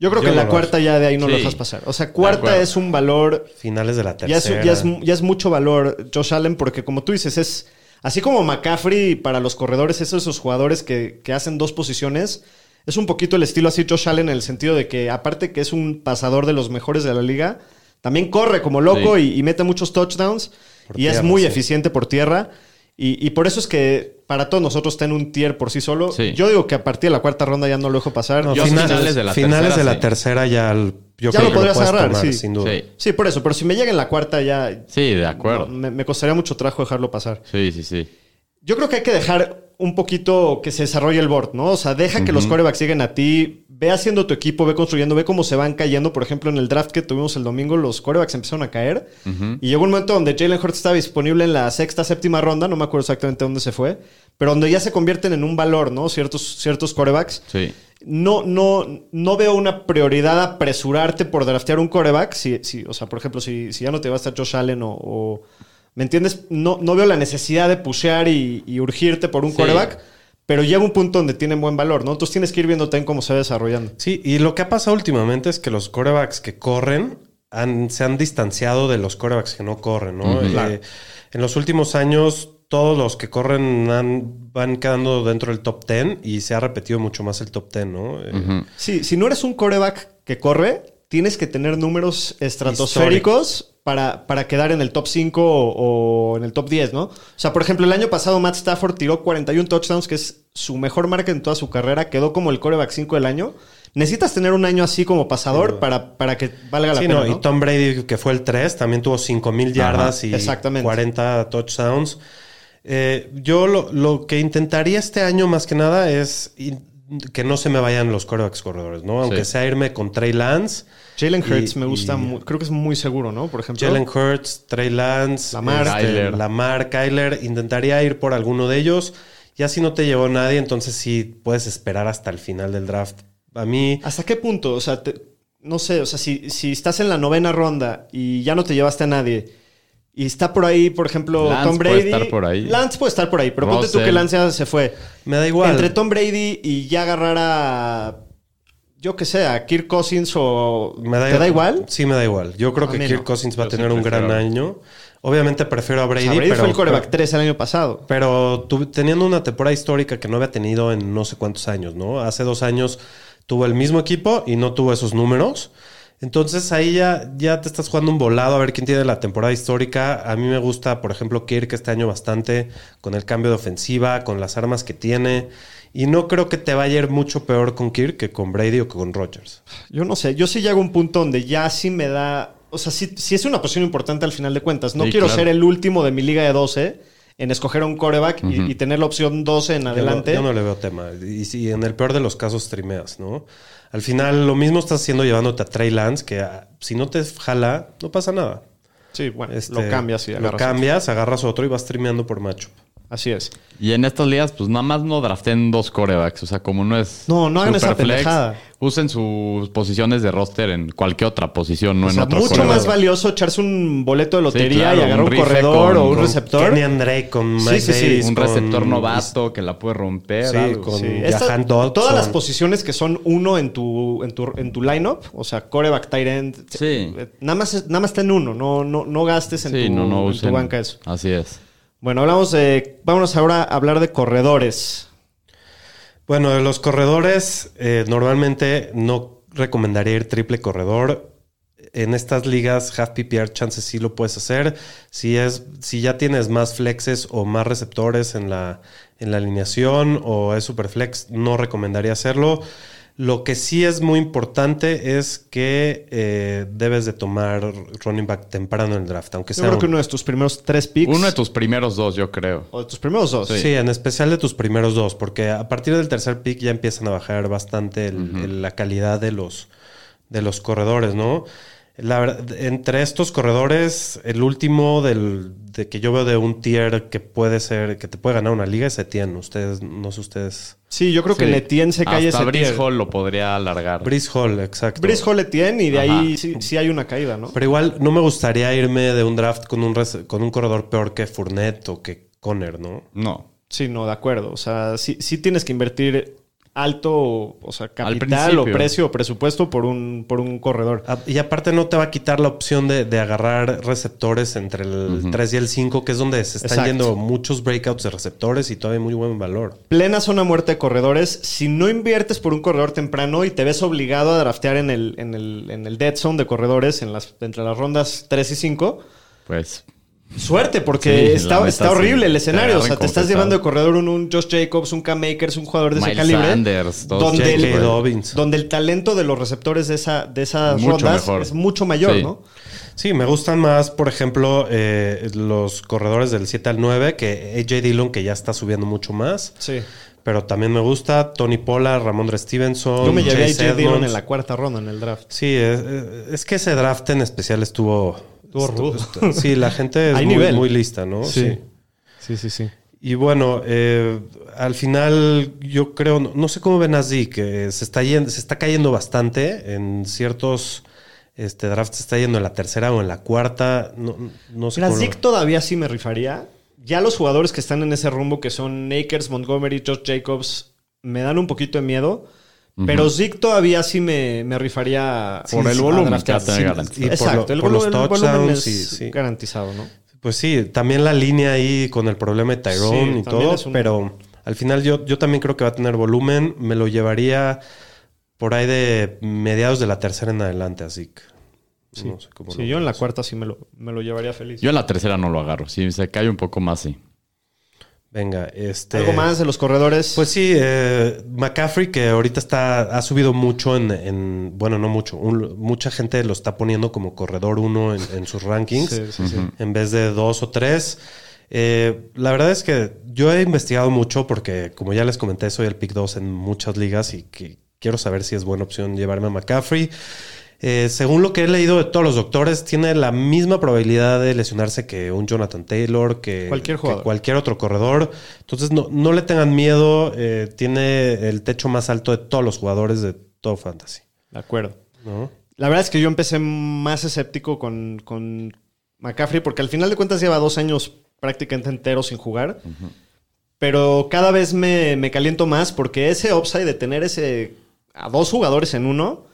B: Yo creo
D: Yo
B: que
D: no
B: la
D: lo
B: cuarta ya de ahí no
C: Sí.
B: lo dejas pasar. O sea,
C: De
B: cuarta
C: acuerdo.
B: es un valor
D: finales de la
B: ya
D: tercera.
B: es, ya, es, ya es mucho valor Josh Allen porque como tú dices, es así como McCaffrey para los corredores, esos, esos jugadores que, que hacen dos posiciones, es un poquito el estilo así Josh Allen en el sentido de que aparte que es un pasador de los mejores de la liga, también corre como loco
C: Sí.
B: y, y mete muchos touchdowns
D: Por
B: y es
D: tierra,
B: muy
D: sí.
B: eficiente por tierra. Y, y por eso es que para todos nosotros está en un tier por sí solo.
C: Sí.
B: Yo digo que a partir de la cuarta ronda ya no lo dejo pasar.
D: No,
C: Yo
D: finales,
C: finales de la
D: finales de
C: tercera,
D: la
C: sí.
D: tercera ya el- yo
B: Ya
D: creo
B: lo
D: que
B: podrías
D: puedes
B: agarrar,
D: tomar,
B: sí.
D: sin duda.
C: Sí.
B: Sí, por eso. Pero si me llega en la cuarta ya...
C: Sí, de acuerdo.
B: no, me- me costaría mucho trabajo dejarlo pasar.
C: Sí, sí, sí.
B: Yo creo que hay que dejar un poquito que se desarrolle el board, ¿no? O sea, deja que los corebacks lleguen a ti, ve haciendo tu equipo, ve construyendo, ve cómo se van cayendo. Por ejemplo, en el draft que tuvimos el domingo, los corebacks empezaron a caer. Y llegó un momento donde Jalen Hurts estaba disponible en la sexta, séptima ronda, no me acuerdo exactamente dónde se fue, pero donde ya se convierten en un valor, ¿no? Ciertos, ciertos corebacks.
C: Sí.
B: No, no, no veo una prioridad apresurarte por draftear un coreback. Si, si, o sea, por ejemplo, si, si ya no te va a estar Josh Allen o. o- ¿Me entiendes? No, no veo la necesidad de pushear y, y urgirte por un
C: Sí.
B: coreback, pero llega un punto donde tienen buen valor, ¿no? Entonces tienes que ir viendo también cómo se va desarrollando.
D: Sí, y lo que ha pasado últimamente es que los corebacks que corren han- se han distanciado de los corebacks que no corren, ¿no? Eh,
B: Claro.
D: En los últimos años, todos los que corren han- van quedando dentro del top 10 y se ha repetido mucho más el top 10, ¿no? Eh,
B: Sí, si no eres un coreback que corre, tienes que tener números estratosféricos para, para quedar en el top 5 o, o en el top 10, ¿no? O sea, por ejemplo, el año pasado Matt Stafford tiró 41 touchdowns, que es su mejor marca en toda su carrera, quedó como el coreback 5 del año. Necesitas tener un año así como pasador para, para que valga la
D: Sí,
B: pena.
D: no,
B: ¿no?
D: y Tom Brady, que fue el 3, también tuvo 5000 yardas y
B: exactamente.
D: 40 touchdowns. Eh, yo lo, lo que intentaría este año más que nada es in- que no se me vayan los corebacks corredores, ¿no? Aunque
C: Sí.
D: sea irme con Trey Lance,
B: Jalen Hurts
D: y-
B: me gusta,
D: y-
B: mu- creo que es muy seguro, ¿no? Por ejemplo.
D: Jalen Hurts, Trey Lance, este,
B: Lamar.
C: Kyler.
D: Lamar, Kyler, intentaría ir por alguno de ellos. Ya si no te llegó nadie, entonces sí puedes esperar hasta el final del draft. A mí,
B: ¿Hasta qué punto? O sea, te- no sé, o sea, si, si estás en la novena ronda y ya no te llevaste a nadie y está por ahí, por ejemplo,
C: Lance
B: Tom Brady.
C: puede estar por ahí.
B: Lance puede estar por ahí, pero ponte tú
C: Russell.
B: que Lance ya se fue.
D: me da igual.
B: Entre Tom Brady y ya agarrar a. Yo qué sé, a Kirk Cousins o.
D: Me
B: ¿Te da igual? Ah,
D: Sí, me da igual. Yo creo
B: A
D: que
B: mí
D: Kirk
B: no.
D: Cousins va a
C: Yo sí
D: tener un gran
C: prefiero a-
D: año. Obviamente prefiero a
B: O
D: Brady,
B: sea, Brady
D: pero,
B: fue el coreback
D: pero,
B: 3 el año pasado.
D: pero tu- teniendo una temporada histórica que no había tenido en no sé cuántos años, ¿no? Hace dos años tuvo el mismo equipo y no tuvo esos números. Entonces ahí ya, ya te estás jugando un volado a ver quién tiene la temporada histórica. A mí me gusta, por ejemplo, Kirk este año bastante con el cambio de ofensiva, con las armas que tiene. Y no creo que te vaya a ir mucho peor con Kirk que con Brady o que con Rogers.
B: Yo no sé, yo sí llego a un punto donde ya sí me da. o sea, sí, sí es una posición importante al final de cuentas. No
C: Sí,
B: quiero
C: claro.
B: ser el último de mi liga de 12 en escoger a un coreback y-
C: Ujú.
B: y, tener la opción 12 en
D: Yo no-
B: adelante.
D: Yo no, le veo tema. Y si en el peor de los casos trimeas, ¿no? Al final lo mismo estás haciendo llevándote a Trey Lance, que ah, si no te jala, no pasa nada.
B: sí, bueno,
D: Este,
B: lo cambias y
D: Lo
B: agarras.
D: cambias, agarras otro y vas trimeando por matchup.
B: Así es.
C: Y en estas ligas, pues nada más no draften dos corebacks. O sea, como no es.
B: No, no hagan esa
C: superflex,
B: pendejada.
C: Usen sus posiciones de roster en cualquier otra posición, no
B: O
C: en
B: sea,
C: otro
B: mucho
C: coreback.
B: más valioso echarse un boleto de lotería
C: claro,
B: y agarrar
C: un
B: un,
C: rifle
B: corredor
C: con-
B: o un
C: con
B: receptor.
D: Kenny Drake con
B: Sí,
D: Mike
B: sí, sí,
D: Davis,
C: Un
D: con-
C: receptor novato que la puede romper.
D: Sí,
C: algo.
D: con-
B: Sí,
D: Jahan
B: estas- todas
D: Dodson.
B: las posiciones que son uno en tu, en tu, en tu lineup, o sea, coreback, tight end,
C: Sí.
B: eh, nada más, es- nada más está en uno, no, no, no gastes en,
C: Sí,
B: tu,
C: no, no
B: en tu
C: usen.
B: banca eso.
C: Así es.
B: Bueno, hablamos de, vámonos ahora a hablar de corredores.
D: Bueno, de los corredores, eh, normalmente no recomendaría ir triple corredor. En estas ligas, half PPR chances sí lo puedes hacer. Si, es, si ya tienes más flexes o más receptores en la, en la alineación o es super flex, no recomendaría hacerlo. Lo que sí es muy importante es que eh, debes de tomar running back temprano en el draft, aunque
B: Yo
D: sea
B: creo que
D: un-
B: uno de tus primeros tres picks.
C: Uno de tus primeros dos, yo creo.
B: O de tus primeros dos.
D: Sí. en especial de tus primeros dos, porque a partir del tercer pick ya empiezan a bajar bastante el- el- la calidad de los, de los corredores, ¿no? La verdad, entre estos corredores, el último del, de que yo veo de un tier que puede ser, que te puede ganar una liga es Etienne. Ustedes, no sé ustedes.
B: Sí, yo creo que
C: Sí.
B: Letien se cae
C: Hasta
B: ese
C: Breece
B: tier.
C: Hall lo podría alargar.
D: Brice Hall, exacto.
B: Brice Hall Letien y de
C: Ajá.
B: ahí sí, sí hay una caída, ¿no?
D: Pero igual no me gustaría irme de un draft con un, res- con un corredor peor que Fournette o que Conner, ¿no?
C: No.
B: Sí, no, de acuerdo. O sea, sí, sí tienes que invertir alto, o sea, capital
C: principio.
B: o precio o presupuesto por un, por un corredor.
D: A- Ah, Y aparte no te va a quitar la opción de, de agarrar receptores entre el 3 y el 5, que es donde se están
B: Exacto.
D: yendo muchos breakouts de receptores y todavía muy buen valor.
B: Plena zona muerte de corredores. Si no inviertes por un corredor temprano y te ves obligado a draftear en el, en el, en el dead zone de corredores en las, entre las rondas 3 y 5,
C: Pues
B: suerte,
C: Sí,
B: porque
C: la
B: está,
C: neta,
B: está
C: sí.
B: horrible el
C: Te
B: escenario. O sea,
C: agarran
B: te estás
C: confesado.
B: llevando de corredor un, un Josh Jacobs, un Cam Makers, un jugador de ese
C: Miles
B: calibre.
C: Sanders, dos
B: donde
D: J.K.
B: el-
D: Dobbins.
B: donde el talento de los receptores de, esa, de esas
C: Mucho
B: rondas
C: mejor.
B: es mucho mayor,
C: Sí.
B: ¿no?
D: Sí, me gustan más, por ejemplo, eh, los corredores del 7 al 9, que AJ Dillon, que ya está subiendo mucho más.
B: Sí.
D: Pero también me gusta Tony Pollard, Ramondre Stevenson.
B: Yo me llevé a
D: Chase
B: AJ Dillon
D: Edmonds.
B: en la cuarta ronda en el draft.
D: Sí, es, es que ese draft en especial estuvo...
B: Estuvo rudo.
D: estu- Sí, la gente es
B: Hay
D: muy,
B: nivel.
D: muy lista, ¿no?
B: Sí, sí, sí.
D: Y bueno, eh, al final yo creo, no, no sé cómo ven a Zeke, eh, se está, yendo, se está cayendo bastante en ciertos este, drafts, se está yendo en la tercera o en la cuarta, no, no sé
B: La
D: cómo lo-
B: Zeke todavía sí me rifaría. Ya los jugadores que están en ese rumbo, que son Akers, Montgomery, Josh Jacobs, me dan un poquito de miedo. Pero Zeke todavía sí me, me rifaría
C: Por
B: a
C: el volumen que
B: draftear.
C: va a tener garantizado.
D: Y por
B: Exacto,
D: lo-
B: el,
D: por los
B: volumen, el volumen es
D: touchdowns, sí, sí.
B: garantizado, ¿no?
D: Pues sí, también la línea ahí con el problema de Tyrone
B: Sí, también
D: y todo,
B: es un-
D: pero al final yo, yo también creo que va a tener volumen, me lo llevaría por ahí de mediados de la tercera en adelante a Zeke. no sé cómo
B: Sí,
D: lo
B: yo en
D: ven.
B: la cuarta sí me lo, me lo llevaría feliz.
C: yo en la tercera no lo agarro. Si se cae un poco más, sí.
D: Venga, este...
B: ¿Algo más de los corredores?
D: Pues sí, eh, McCaffrey que ahorita está ha subido mucho en, en- bueno, no mucho, un- mucha gente lo está poniendo como corredor uno en, en sus rankings
B: Sí, sí, sí.
D: en vez de dos o tres. Eh, la verdad es que yo he investigado mucho porque, como ya les comenté, soy el pick 2 en muchas ligas y que quiero saber si es buena opción llevarme a McCaffrey. Eh, según lo que he leído de todos los doctores, tiene la misma probabilidad de lesionarse que un Jonathan Taylor, que
B: Cualquier
D: que
B: jugador.
D: cualquier otro corredor. Entonces, no, no le tengan miedo. eh, tiene el techo más alto de todos los jugadores de todo Fantasy.
B: De acuerdo.
D: ¿no?
B: La verdad es que yo empecé más escéptico con, con McCaffrey porque al final de cuentas lleva dos años prácticamente enteros sin jugar. Pero cada vez me, me caliento más porque ese upside de tener ese a dos jugadores en uno,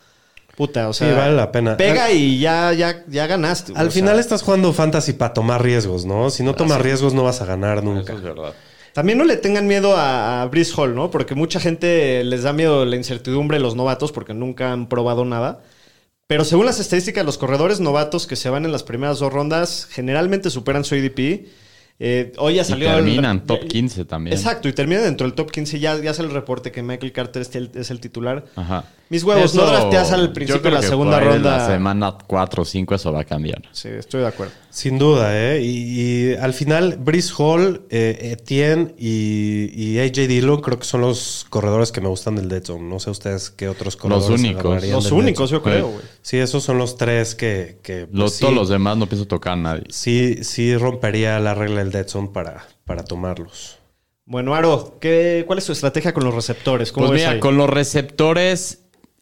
B: puta, o sea,
D: Sí, vale la pena.
B: Pega
D: Al-
B: y ya, ya, ya ganaste.
D: Al
B: o sea, Ah,
D: final estás jugando Fantasy para tomar riesgos, ¿no? Si no tomas riesgos, no vas a ganar nunca.
C: verdad.
B: También no le tengan miedo a, a Brees Hall, ¿no? Porque mucha gente les da miedo la incertidumbre de los novatos porque nunca han probado nada. Pero según las estadísticas, los corredores novatos que se van en las primeras dos rondas generalmente superan su ADP. Eh, hoy ya
C: Y
B: salió. el-
C: terminan top
B: ya-
C: 15 también.
B: Exacto, y termina dentro del top 15. Ya, ya sale el reporte que Michael Carter es el, es el titular.
C: Ajá.
B: Mis huevos, no
C: Eso,
B: drafteas al
C: yo
B: principio de
C: creo
B: la
C: que
B: segunda
C: por ahí de
B: ronda.
C: La semana 4 o 5 eso va a cambiar.
B: Sí, estoy de acuerdo.
D: Sin duda, ¿eh? Y, y al final, Brice Hall, eh, Etienne y, y AJ Dillon creo que son los corredores que me gustan del Dead Zone. No sé ustedes qué otros corredores
C: únicos.
D: agarrarían
B: Los
D: del Dead
B: únicos,
D: Zone.
B: yo creo,
C: Sí.
B: güey.
D: Sí, esos son los tres que... que pues,
C: Los,
D: sí,
C: Todos los demás no pienso tocar a nadie.
D: sí, sí rompería la regla del Dead Zone para, para tomarlos.
B: Bueno, Aro, ¿qué, ¿cuál es tu estrategia con los receptores? ¿Cómo
C: Pues
B: ves
C: mira,
B: ahí?
C: con los receptores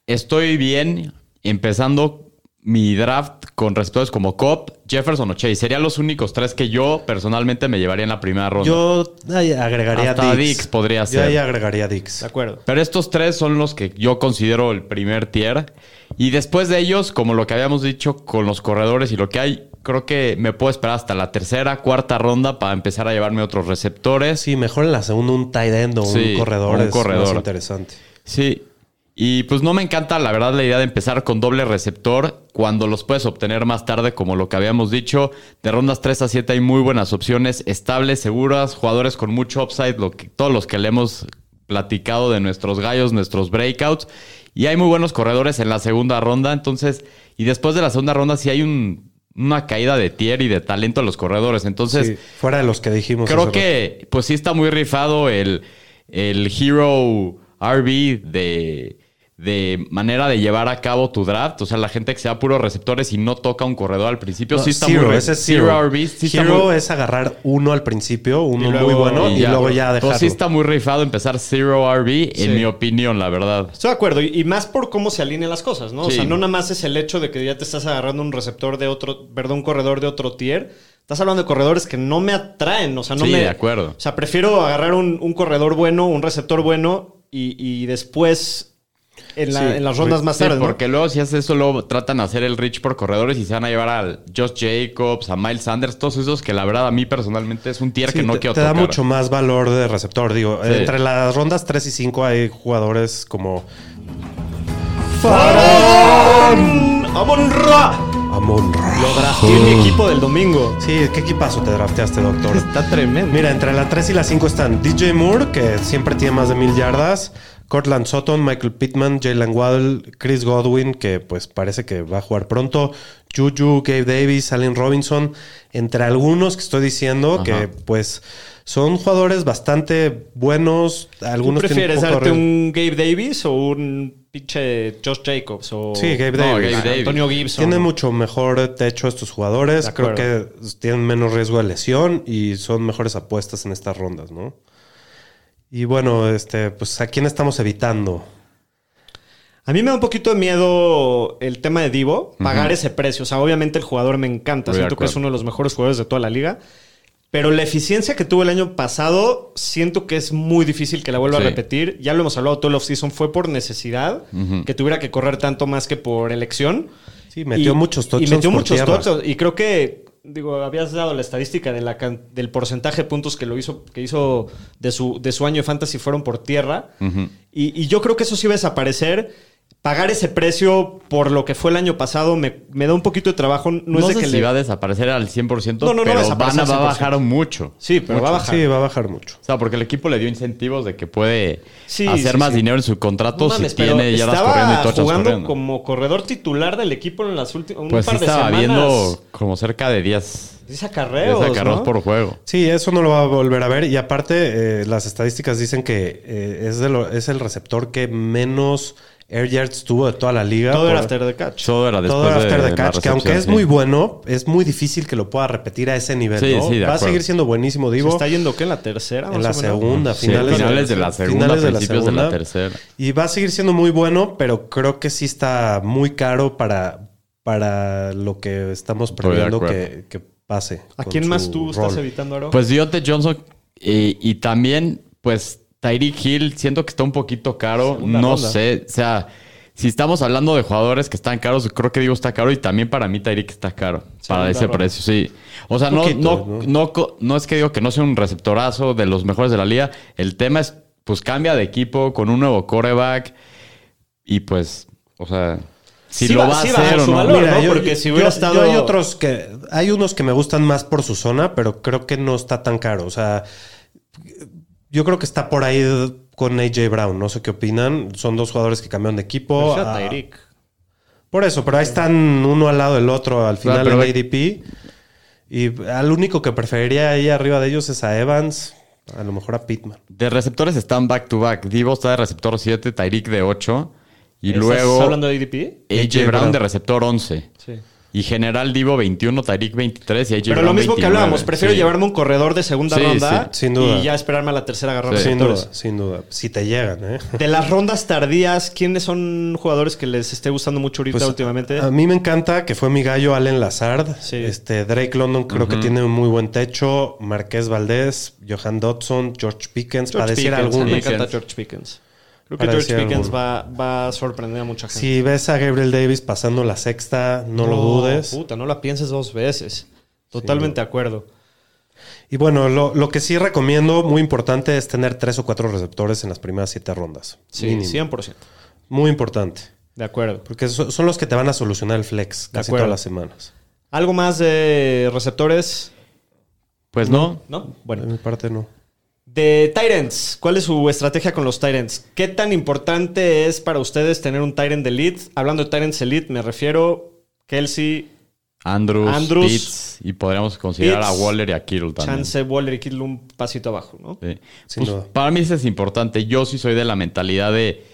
C: estoy bien. Empezando mi draft con receptores como Cobb, Jefferson o Chase. Serían los únicos tres que yo personalmente me llevaría en la primera ronda.
D: Yo ahí agregaría
C: Hasta
D: Dix.
C: Dix podría
D: Yo
C: ser.
D: ahí agregaría Dix.
B: De acuerdo.
C: Pero estos tres son los que yo considero el primer tier. Y después de ellos, como lo que habíamos dicho con los corredores y lo que hay, creo que me puedo esperar hasta la tercera, cuarta ronda para empezar a llevarme otros receptores.
D: Sí, mejor en la segunda un tight end o
C: Sí,
D: un corredor
C: un
D: es más
C: corredor.
D: interesante.
C: Sí. Y pues no me encanta, la verdad, la idea de empezar con doble receptor cuando los puedes obtener más tarde, como lo que habíamos dicho. De rondas 3 a 7 hay muy buenas opciones, estables, seguras, jugadores con mucho upside, lo que, todos los que le hemos platicado de nuestros gallos, nuestros breakouts. Y hay muy buenos corredores en la segunda ronda, entonces, y después de la segunda ronda sí hay un- una caída de tier y de talento a los corredores. Entonces,
D: Sí, fuera de los que dijimos.
C: Creo
D: hace
C: que, pues sí está muy rifado el, el Hero RB de, de manera de llevar a cabo tu draft. O sea, la gente que sea puro receptores y no toca un corredor al principio,
D: No,
C: sí está
D: zero,
C: muy
D: ese es zero.
C: RB, sí está
D: Hero
C: muy-
D: es agarrar uno al principio, uno
B: Y luego-
D: muy bueno, y,
B: y ya.
D: luego ya dejarlo.
C: Entonces Pues sí está muy rifado empezar Zero RB,
B: Sí.
C: en mi opinión, la verdad.
B: Estoy de acuerdo, y, y más por cómo se alinean las cosas, ¿no? O
C: Sí.
B: sea, no nada más es el hecho de que ya te estás agarrando un receptor de otro, perdón, un corredor de otro tier. Estás hablando de corredores que no me atraen, o sea, no
C: Sí,
B: me...
C: de acuerdo.
B: O sea, prefiero agarrar un, un corredor bueno, un receptor bueno, y, y después en, la-
D: Sí,
B: en las rondas más
C: Sí,
B: tarde, ¿no?
C: porque luego si haces eso, luego tratan de hacer el reach por corredores y se van a llevar al Josh Jacobs, a Miles Sanders, todos esos que la verdad a mí personalmente es un tier
D: Sí,
C: que no
D: te,
C: quiero
D: te da
C: tocar.
D: mucho más valor de receptor. Digo,
C: Sí.
D: entre las rondas 3 y 5 hay jugadores como
B: Mm, ¡Amon Ra!
D: Amon Ra.
B: Lo drafteé en mi equipo del domingo.
D: Sí, ¿qué equipazo te drafteaste, doctor?
B: Está tremendo.
D: Mira, entre la 3 y la 5 están DJ Moore, que siempre tiene más de mil yardas, Cortland Sutton, Michael Pittman, Jalen Waddell, Chris Godwin, que pues parece que va a jugar pronto, Juju, Gabe Davis, Allen Robinson, entre algunos que estoy diciendo que pues son jugadores bastante buenos,
B: ¿Tú
D: algunos tienen
B: prefieres
D: poco
B: darte
D: arreglo.
B: un Gabe Davis o un pinche Josh Jacobs? O
D: Sí, Gabe
C: No,
D: Davis.
C: Gabe Davis.
B: Antonio Gibson.
D: Tiene mucho mejor techo estos jugadores,
B: De
D: creo
B: acuerdo.
D: que tienen menos riesgo de lesión y son mejores apuestas en estas rondas, ¿no? Y bueno, este, pues a quién estamos evitando.
B: A mí me da un poquito de miedo el tema de Divo, pagar ese precio. O sea, obviamente el jugador me encanta.
C: Estoy de
B: siento que
C: acuerdo.
B: es uno de los mejores jugadores de toda la liga. Pero la eficiencia que tuvo el año pasado, siento que es muy difícil que la vuelva
C: Sí.
B: a repetir. Ya lo hemos hablado todo el offseason, fue por necesidad, que tuviera que correr tanto más que por elección.
D: Sí, metió
B: Y-
D: muchos touchdowns
B: Y metió
D: por
B: muchos
D: tierra.
B: touchdowns. Y creo que, digo, habías dado la estadística de la can- del porcentaje de puntos que lo hizo, que hizo de su, de su año de fantasy fueron por tierra. y, y yo creo que eso sí va a desaparecer. Pagar ese precio por lo que fue el año pasado me, me da un poquito de trabajo. No,
C: No,
B: es de
C: sé
B: que
C: si
B: le-
C: va a desaparecer al 100%,
B: No, no, no va a
C: pero van
B: desaparecer
C: a, va
B: 100%.
C: a bajar mucho.
B: Sí, pero va a bajar.
D: Sí, va a bajar mucho.
C: O sea, porque el equipo le dio incentivos de que puede
B: Sí,
C: hacer
B: sí,
C: más
B: sí.
C: dinero en su contrato
B: No mames,
C: si
B: pero
C: tiene yardas
B: estaba
C: corriendo y tochas
B: jugando
C: corriendo.
B: como corredor titular del equipo en las últimas un
C: pues sí
B: par de
C: estaba
B: semanas.
C: viendo como cerca de 10
B: Dice
C: de
B: acarreos,
C: sacarros
B: ¿no?
C: por juego.
D: Sí, eso no lo va a volver a ver. Y aparte, eh, las estadísticas dicen que eh, es, de lo- es el receptor que menos air yards tuvo de toda la liga.
B: Todo
D: por-
B: era after the catch.
C: Todo era después
D: Todo era after
C: de
D: the
C: la
D: catch, que aunque
C: recepción,
D: es
C: sí.
D: muy bueno, es muy difícil que lo pueda repetir a ese nivel.
C: Sí,
D: ¿no?
C: sí, de
D: Va a
C: acuerdo.
D: seguir siendo buenísimo,
B: Se
D: Divo.
B: está yendo, ¿qué? ¿En la tercera?
D: En
B: más
D: la
B: o menos?
D: segunda,
C: Sí,
D: finales,
C: finales de la segunda, principios de la tercera.
D: Y va a seguir siendo muy bueno, pero creo que sí está muy caro para, para lo que estamos
C: Estoy de
D: previendo
C: acuerdo.
D: que, que pase.
B: ¿A
D: con
B: quién
D: su
B: más tú estás
D: rol.
B: evitando, Aro?
C: Pues Dionte Johnson eh, y también, pues Tyreek Hill, siento que está un poquito caro.
B: Segunda
C: no
B: ronda.
C: sé, o sea, si estamos hablando de jugadores que están caros, creo que digo está caro y también para mí Tyreek está caro. para
B: Segunda
C: ese
B: ronda.
C: precio, sí. O sea, no,
D: Poquito,
C: no,
D: ¿no?
C: no, co- no es que digo que no sea un receptorazo de los mejores de la liga. El tema es, pues cambia de equipo con un nuevo coreback y pues, o sea, si
B: Sí
C: lo
B: va-
C: va,
B: sí
C: a
B: baja
C: hacer o
B: su
C: no.
B: valor. ¿no? Porque si hubiera estado-
D: hay otros que. Hay unos que me gustan más por su zona, pero creo que no está tan caro. O sea, yo creo que está por ahí con AJ Brown. No sé qué opinan. Son dos jugadores que cambiaron de equipo.
B: Prefiero a
D: Ah,
B: Tyreek.
D: por eso, pero ahí están uno al lado del otro al final
C: pero ve-
D: en ADP. Y al único que preferiría ahí arriba de ellos es a Evans, a lo mejor a Pittman.
C: De receptores están back to back. Divo está de receptor 7, Tyreek de 8. Y
B: ¿Estás
C: luego
B: hablando de ADP?
C: AJ Brown de receptor 11.
B: Sí.
C: Y general Divo 21, Tyreek 23 y AJ
B: Pero
C: Brown
B: lo mismo que
C: 29.
B: hablábamos, prefiero
C: Sí.
B: llevarme un corredor de segunda
C: Sí,
B: ronda
D: sí, sin duda.
B: y ya esperarme a la tercera agarrar
C: Sí.
D: Sin
B: receptores.
D: duda, sin duda. Si te llegan, ¿eh?
B: De las rondas tardías, ¿quiénes son jugadores que les esté gustando mucho ahorita
D: Pues,
B: últimamente?
D: A mí me encanta que fue mi gallo Allen Lazard.
B: Sí.
D: Este, Drake London creo que tiene un muy buen techo. Marqués Valdés, Johan Dodson, George Pickens,
B: George
D: para decir
B: Pickens,
D: alguno.
B: Me
C: Pickens.
B: encanta George Pickens. Creo que
D: Para
B: George
D: decir
B: Pickens
D: alguno.
B: va, va a sorprender a mucha gente.
D: Si ves a Gabriel Davis pasando la sexta, no, lo dudes.
B: Puta, no la pienses dos veces. Totalmente de acuerdo.
D: Y bueno, lo, lo que sí recomiendo, muy importante, es tener tres o cuatro receptores en las primeras siete rondas.
B: Sí,
D: Mínimo.
B: 100%.
D: Muy importante.
B: De acuerdo.
D: Porque so- son los que te van a solucionar el flex casi
B: acuerdo.
D: todas las semanas.
B: ¿Algo más de receptores?
C: Pues no.
B: ¿No?
D: De
B: Bueno.
D: mi parte, no.
B: De Tyrants, ¿cuál es su estrategia con los Tyrants? ¿Qué tan importante es para ustedes tener un Tyrant Elite? Hablando de Tyrants Elite, me refiero Kelsey,
C: Andrews,
B: Andrews,
C: Pitts, y podríamos considerar
B: Pitts,
C: a Waller y a Kittle también.
B: Chance, Waller y Kittle un pasito abajo, ¿no?
C: Sí.
D: Sin
C: Pues,
D: duda.
C: para mí eso es importante. Yo sí soy de la mentalidad de,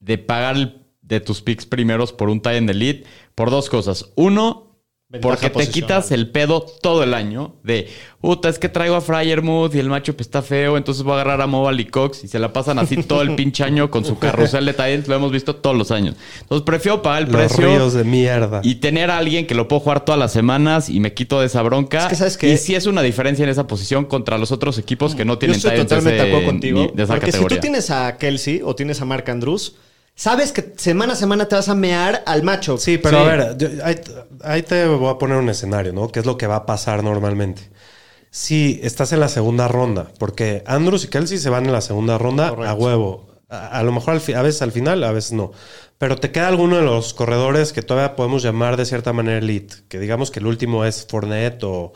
C: de pagar el- de tus picks primeros por un Titan Elite por dos cosas. Uno,
B: Ventaja
C: porque te
B: posicional.
C: quitas el pedo todo el año de, puta, es que traigo a Fryermuth y el macho pues, está feo, entonces voy a agarrar a Mobile y Cox y se la pasan así todo el pinche año con su carrusel de Titans. Lo hemos visto todos los años. Entonces prefiero pagar el
D: Los
C: precio.
D: ríos de mierda.
C: Y tener a alguien que lo puedo jugar todas las semanas y me quito de esa bronca.
B: Es que, ¿sabes qué?
C: Y sí es una diferencia en esa posición contra los otros equipos que no
B: Yo
C: tienen
B: estoy
C: talento
B: totalmente de
C: ese-
B: acuerdo contigo.
C: ni- de esa
B: porque si
C: categoría.
B: tú tienes a Kelsey o tienes a Mark Andrews, sabes que semana a semana te vas a mear al macho.
D: Sí, pero
C: Sí.
D: a ver, yo- ahí, t- ahí te voy a poner un escenario, ¿no? ¿Qué es lo que va a pasar normalmente? Si estás en la segunda ronda, porque Andrews y Kelsey se van en la segunda ronda a huevo. A, a lo mejor al fi- a veces al final, a veces no. Pero te queda alguno de los corredores que todavía podemos llamar de cierta manera elite. Que digamos que el último es Fournette o,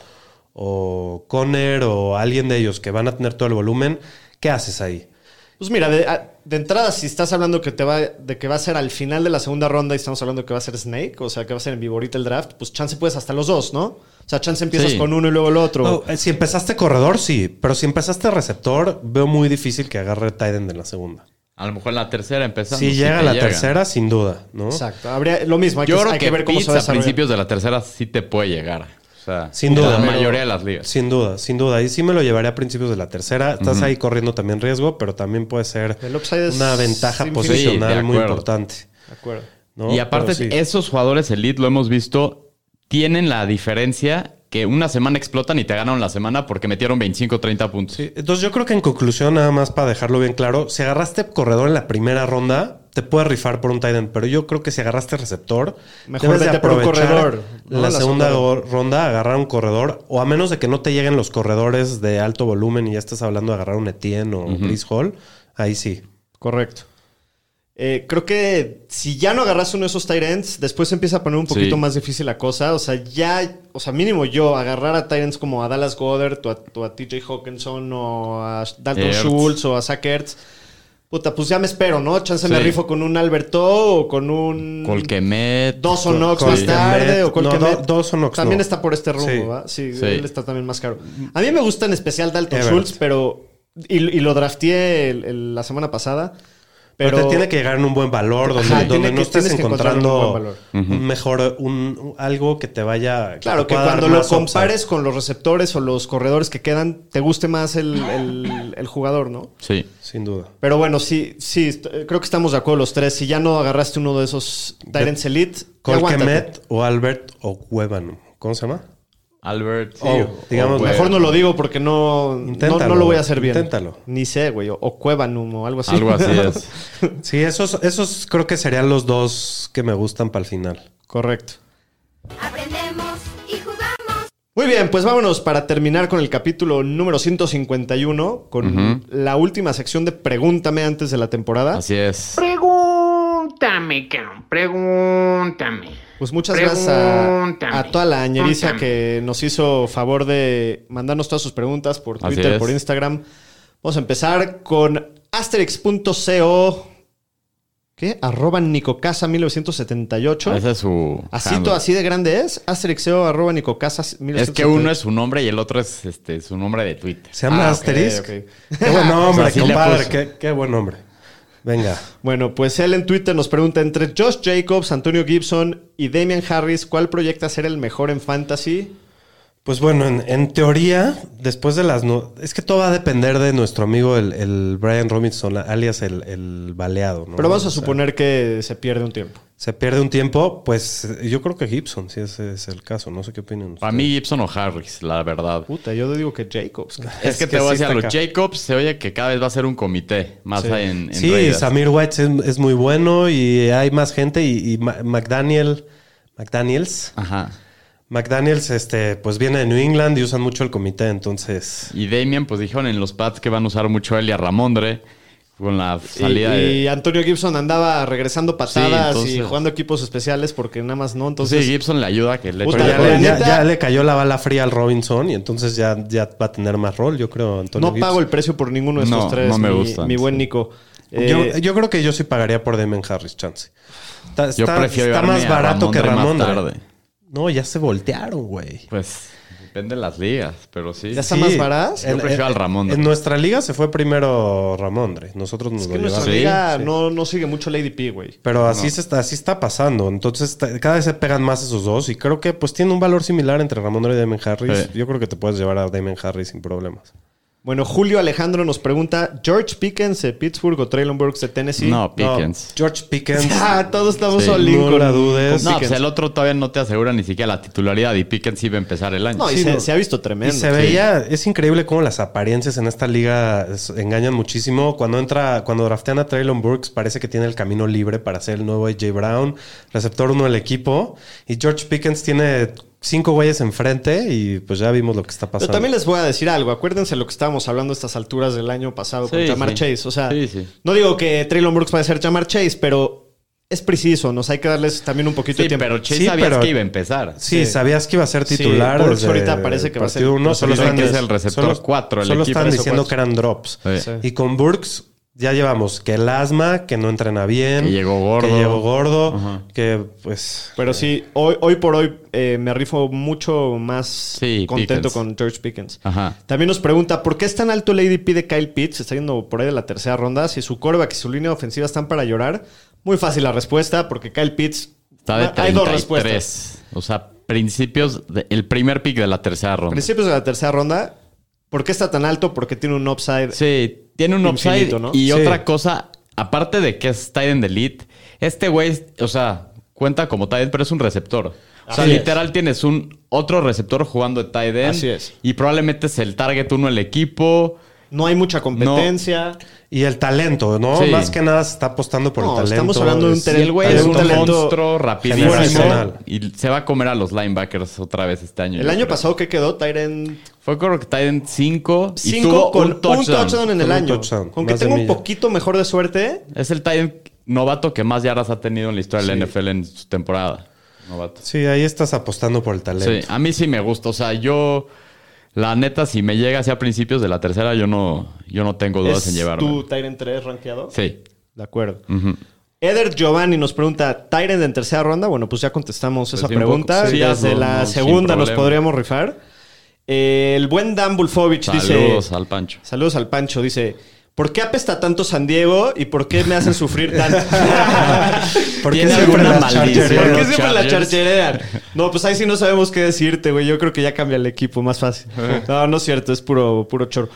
D: o Conner o alguien de ellos que van a tener todo el volumen. ¿Qué haces ahí?
B: Pues mira, de, a- de entrada, si estás hablando que te va, de que va a ser al final de la segunda ronda y estamos hablando que va a ser Snake, o sea, que va a ser en Viborita el draft, pues chance puedes hasta los dos, ¿no? O sea, chance empiezas
C: Sí.
B: con uno y luego el otro.
D: No, eh, si empezaste corredor, sí. Pero si empezaste receptor, veo muy difícil que agarre Tyden en la segunda.
C: A lo mejor en la tercera empezamos.
D: Si
C: sí
D: llega
C: te
D: la tercera, sin duda, ¿no?
B: Exacto. Habría lo mismo, hay,
C: Yo
B: que,
C: creo
B: hay
C: que,
B: que ver cómo se
C: Pitts a
B: desarrolla.
C: principios de la tercera sí te puede llegar. O sea,
D: Sin
C: en
D: duda.
C: La
D: pero-
C: mayoría de las ligas.
D: Sin duda, sin duda. Y sí me lo llevaría a principios de la tercera. Estás ahí corriendo también riesgo, pero también puede ser
B: El upside es
D: una ventaja
B: infinito.
D: posicional
C: Sí, de
D: muy
C: acuerdo.
D: importante.
B: De acuerdo.
D: ¿no?
C: Y aparte,
D: Pero sí.
C: esos jugadores elite, lo hemos visto, tienen la diferencia que una semana explotan y te ganaron la semana porque metieron 25 o 30 puntos.
D: Entonces yo creo que en conclusión, nada más para dejarlo bien claro, si agarraste corredor en la primera ronda, te puedes rifar por un tight end, pero yo creo que si agarraste receptor,
B: Mejor
D: debes de
B: vete por un
D: aprovechar
B: corredor, ¿no?
D: La,
B: La
D: segunda
B: segunda.
D: go- ronda, agarrar un corredor, o a menos de que no te lleguen los corredores de alto volumen y ya estás hablando de agarrar un Etienne o un Breece Hall, ahí sí.
B: Correcto. Eh, creo que si ya no agarras uno de esos Tyrants, después se empieza a poner un poquito
C: Sí.
B: más difícil la cosa. O sea, ya, o sea, mínimo yo, agarrar a Tyrants como a Dallas Goddard, o a, o a TJ Hawkinson, o a Dalton
C: Ertz.
B: Schultz, o a Zach Ertz. Puta, pues ya me espero, ¿no? Chance me
C: Sí.
B: rifo con un Alberto o con un.
C: Colquemet.
B: Dos o Knox
D: Col-
B: más tarde
D: Colquemet.
B: o Colquemet.
D: No, do- dos o Knox,
B: También
D: no.
B: está por este rumbo,
D: Sí.
B: ¿va? Sí,
C: Sí.
B: él está también más caro. A mí me gusta en especial Dalton
D: Everett.
B: Schultz, pero. Y, y lo drafteé el- el- la semana pasada.
D: Pero,
B: Pero,
D: te tiene que llegar en un buen valor, donde,
B: Ajá,
D: donde
B: tiene
D: no
B: que-
D: estés
B: tienes que encontrar un
D: encontrando
B: buen valor.
D: un mejor, un, un- algo que te vaya...
B: Claro,
D: te
B: que
D: pueda dar
B: cuando lo
D: más upside.
B: compares con los receptores o los corredores que quedan, te guste más el, el- el jugador, ¿no?
C: Sí.
D: Sin duda.
B: Pero bueno, sí, sí, est- eh, creo que estamos de acuerdo los tres. Si ya no agarraste uno de esos Tyrants Elite, ya aguántate.
D: Colquemet o Albert o Cuevan. ¿Cómo se llama?
C: Albert. Oh, pues,
D: o- digamos,
C: Webb.
B: Mejor no lo digo porque no, no,
D: Inténtalo,
B: no lo voy a hacer bien.
D: inténtalo.
B: Ni sé, güey. O, o Cuevanum o algo así.
C: Algo así es.
D: Sí, esos, esos creo que serían los dos que me gustan para el final.
B: Correcto.
F: Aprendemos y jugamos.
B: Muy bien, pues vámonos para terminar con el capítulo número 151, con la última sección de Pregúntame antes de la temporada.
C: Así es.
E: Pregúntame, cabrón, pregúntame.
B: Pues muchas gracias a,
E: Pregúntame.
B: a toda la ñeriza
E: Pregúntame.
B: que nos hizo favor de mandarnos todas sus preguntas por
C: Así
B: Twitter,
C: es.
B: por Instagram. Vamos a empezar con Asterix.co. ¿Qué? Arroba Nicocasa 1978.
C: Ese es su.
B: Así,
C: handle.
B: to- así de grande es. Asterixeo arroba Nicocasa
C: Es
B: 1978.
C: que uno es su nombre y el otro es este, su nombre de Twitter.
D: ¿Se llama
B: Ah, ok,
D: Asterisk?
B: ok.
D: Qué buen nombre,
C: O sea, sí le
D: compadre.
C: puso.
D: Qué, qué buen nombre. Venga.
B: Bueno, pues él en Twitter nos pregunta entre Josh Jacobs, Antonio Gibson y Damian Harris, ¿cuál proyecta ser el mejor en fantasy?
D: Pues bueno, en, en teoría, después de las... no- es que todo va a depender de nuestro amigo el, el Brian Robinson, alias el, el baleado. ¿no?
B: Pero vamos a
D: O sea,
B: suponer que se pierde un tiempo.
D: Se pierde un tiempo, pues yo creo que Gibson, si ese es el caso. No sé qué opinan ustedes.
C: Para mí, Gibson o Harris, la verdad.
B: Puta, yo digo que Jacobs. que-
C: Es,
D: Es
C: que,
D: que
C: te voy a
D: sí
C: decir
D: está
C: algo.
D: acá.
C: Jacobs se oye que cada vez va a ser un comité más
B: Sí.
C: en, en
D: Sí,
C: Raiders.
D: Samir White es, es muy bueno y hay más gente y, y Ma- McDaniel... McDaniels.
C: Ajá.
D: McDaniels, este, pues viene de New England y usan mucho el comité, entonces...
C: Y Damien, pues dijeron en los pads que van a usar mucho a él y a Ramondre con la
B: Y,
C: salida
B: y
C: de.
B: Antonio Gibson andaba regresando patadas
C: Sí, entonces-
B: y jugando equipos especiales porque nada más no. Entonces,
C: sí, Gibson le ayuda a que le
B: Puta,
D: Pero
C: eche-
D: ya,
B: la
D: le, ya-
B: neta-
D: ya le cayó la bala fría al Robinson y entonces ya, ya va a tener más rol, yo creo, Antonio
B: no pago
D: Gibson.
B: el precio por ninguno de estos
C: No,
B: tres.
C: no me
B: mi,
C: gustan,
B: mi buen
C: sí.
B: Nico. Eh,
D: yo, yo creo que yo sí pagaría por Demen Harris, chance. Está,
C: Yo
D: está-
C: prefiero
D: está
C: llevarme
D: más
C: a
D: barato que Ramón.
C: Ramondre más tarde.
D: No, ya se voltearon, güey.
C: Pues depende de las ligas, pero sí.
B: Ya está más barato.
C: Yo prefiero al Ramondre.
D: En nuestra liga se fue primero Ramondre. Nosotros nos
B: es
D: lo
B: que nuestra
D: llevamos.
C: Sí,
B: liga
D: sí.
B: No, no sigue mucho Lady P, güey.
D: Pero así, se está, así está pasando. Entonces, está- cada vez se pegan más esos dos. Y creo que pues tiene un valor similar entre Ramondre y Demen Harris.
C: Sí.
D: Yo creo que te puedes llevar a Demen Harris sin problemas.
B: Bueno, Julio Alejandro nos pregunta: ¿George Pickens de Pittsburgh o Traylon Burks de Tennessee?
C: No,
D: No,
C: Pickens.
D: George Pickens.
B: Ah, todos estamos
C: Sí.
B: all in
D: No
B: con-
D: la
B: con
D: dudes.
C: No, pues
B: Pickens.
C: el otro todavía no te asegura ni siquiera la titularidad y Pickens iba a empezar el año.
B: No, y
D: Sí,
B: se,
D: no.
B: se ha visto
D: Y
B: tremendo.
D: se veía, es increíble cómo las apariencias en esta liga es- engañan muchísimo. Cuando entra, cuando draftean a Traylon Burks, parece que tiene el camino libre para ser el nuevo AJ Brown, receptor uno del equipo. Y George Pickens tiene cinco güeyes enfrente y pues ya vimos lo que está
B: Pero
D: pasando.
B: también les voy a decir algo. Acuérdense lo que estábamos hablando a estas alturas del año pasado con
C: Sí,
B: Jamar
C: sí.
B: Chase. O sea,
C: Sí, sí.
B: no digo que Traylon Brooks vaya a ser Jamar Chase, pero es preciso. Nos hay que darles también un poquito
C: sí,
B: de tiempo.
C: pero Chase
D: Sí,
C: sabías
D: pero-
C: que iba a empezar.
D: Sí,
B: Sí.
D: sabías que iba a ser
B: Sí,
D: titular.
B: Burks
D: desde
B: ahorita parece que va a
D: partido
B: ser-
D: uno,
B: va a
D: solo
B: ser
D: están
B: que es
D: dis-
C: el receptor
D: solo-
C: cuatro, el
D: Solo
C: equipo
D: están
C: receptor
D: diciendo
B: cuatro.
D: que eran drops.
C: Sí.
B: Sí.
D: Y con Burks ya llevamos que el asma, que no entrena bien.
C: Que llegó gordo.
D: Que llegó gordo.
C: Ajá.
D: Que pues.
B: Pero sí, hoy, hoy por hoy eh, me rifo mucho más
C: Sí,
B: contento
C: Pickens.
B: con George Pickens.
C: Ajá.
B: También nos pregunta, ¿por qué es tan alto el ADP de Kyle Pitts? Está yendo por ahí de la tercera ronda. Si su coreback y su línea ofensiva están para llorar. Muy fácil la respuesta, porque Kyle Pitts...
C: Está de
B: Ah, hay dos respuestas.
C: 33. O sea, principios, de- el primer pick de la tercera ronda.
B: Principios de la tercera ronda. ¿Por qué está tan alto? Porque tiene un upside.
C: Sí, tiene un upside
B: Infinito, ¿no?
C: y
D: Sí.
C: otra cosa, aparte de que es tight end elite, este güey, es- o sea, cuenta como tight end, pero es un receptor. O sea,
B: Así es.
C: literal tienes un otro receptor jugando de tight end.
B: Así es.
C: Y probablemente es el target uno el equipo.
B: No hay mucha competencia.
D: Y el talento, ¿no?
C: Sí.
D: Más que nada se está apostando por
B: No,
D: el talento.
B: estamos hablando de un
D: Es-
C: Y
B: talento-
C: el güey
B: talento-
C: es un
B: talento
C: monstruo rapidísimo.
D: generacional.
C: Y se va a comer a los linebackers otra vez este año.
B: El
C: yo
B: año
C: creo.
B: pasado que quedó Tyren
C: Fue creo que tight end 5 y
B: 5
C: tuvo
B: con
C: un touchdown.
B: en el
D: Con un
B: año.
D: touchdown,
B: Con que
D: más de
B: tenga un
D: milla.
B: poquito mejor de suerte.
C: Es el tight end novato que más yardas ha tenido en la historia de la NFL en su temporada. Novato.
D: Sí, ahí estás apostando por el
C: Sí,
D: talento.
C: a mí sí me gusta. O sea, yo, la neta, si me llega hacia principios de la tercera, yo no, yo no tengo dudas en
B: ¿Es
C: llevarme.
B: tu Tyren 3 rankeado?
C: Sí.
B: De acuerdo. Eder Giovanni nos pregunta, ¿Tyren en tercera ronda? Bueno, pues ya contestamos esa
C: sí, un
B: pregunta.
C: poco. Sí,
B: Desde
C: no,
B: la
C: no, sin
B: segunda nos
C: problema.
B: podríamos rifar. Eh, el buen Dan Bulfovich dice...
C: Saludos al Pancho.
B: Saludos al Pancho, dice. ¿Por qué apesta tanto San Diego y por qué me hacen sufrir tanto?
D: ¿Por qué
C: ¿Tiene
D: siempre
C: alguna
D: las
C: maldición?
B: ¿Por
D: charchereas?
B: qué
C: Los
B: siempre la
C: Chargers.
B: charcherean? No, pues ahí sí no sabemos qué decirte, güey. Yo creo que ya cambia el equipo, más fácil.
C: Eh.
B: No, no es cierto, es puro, puro chorro.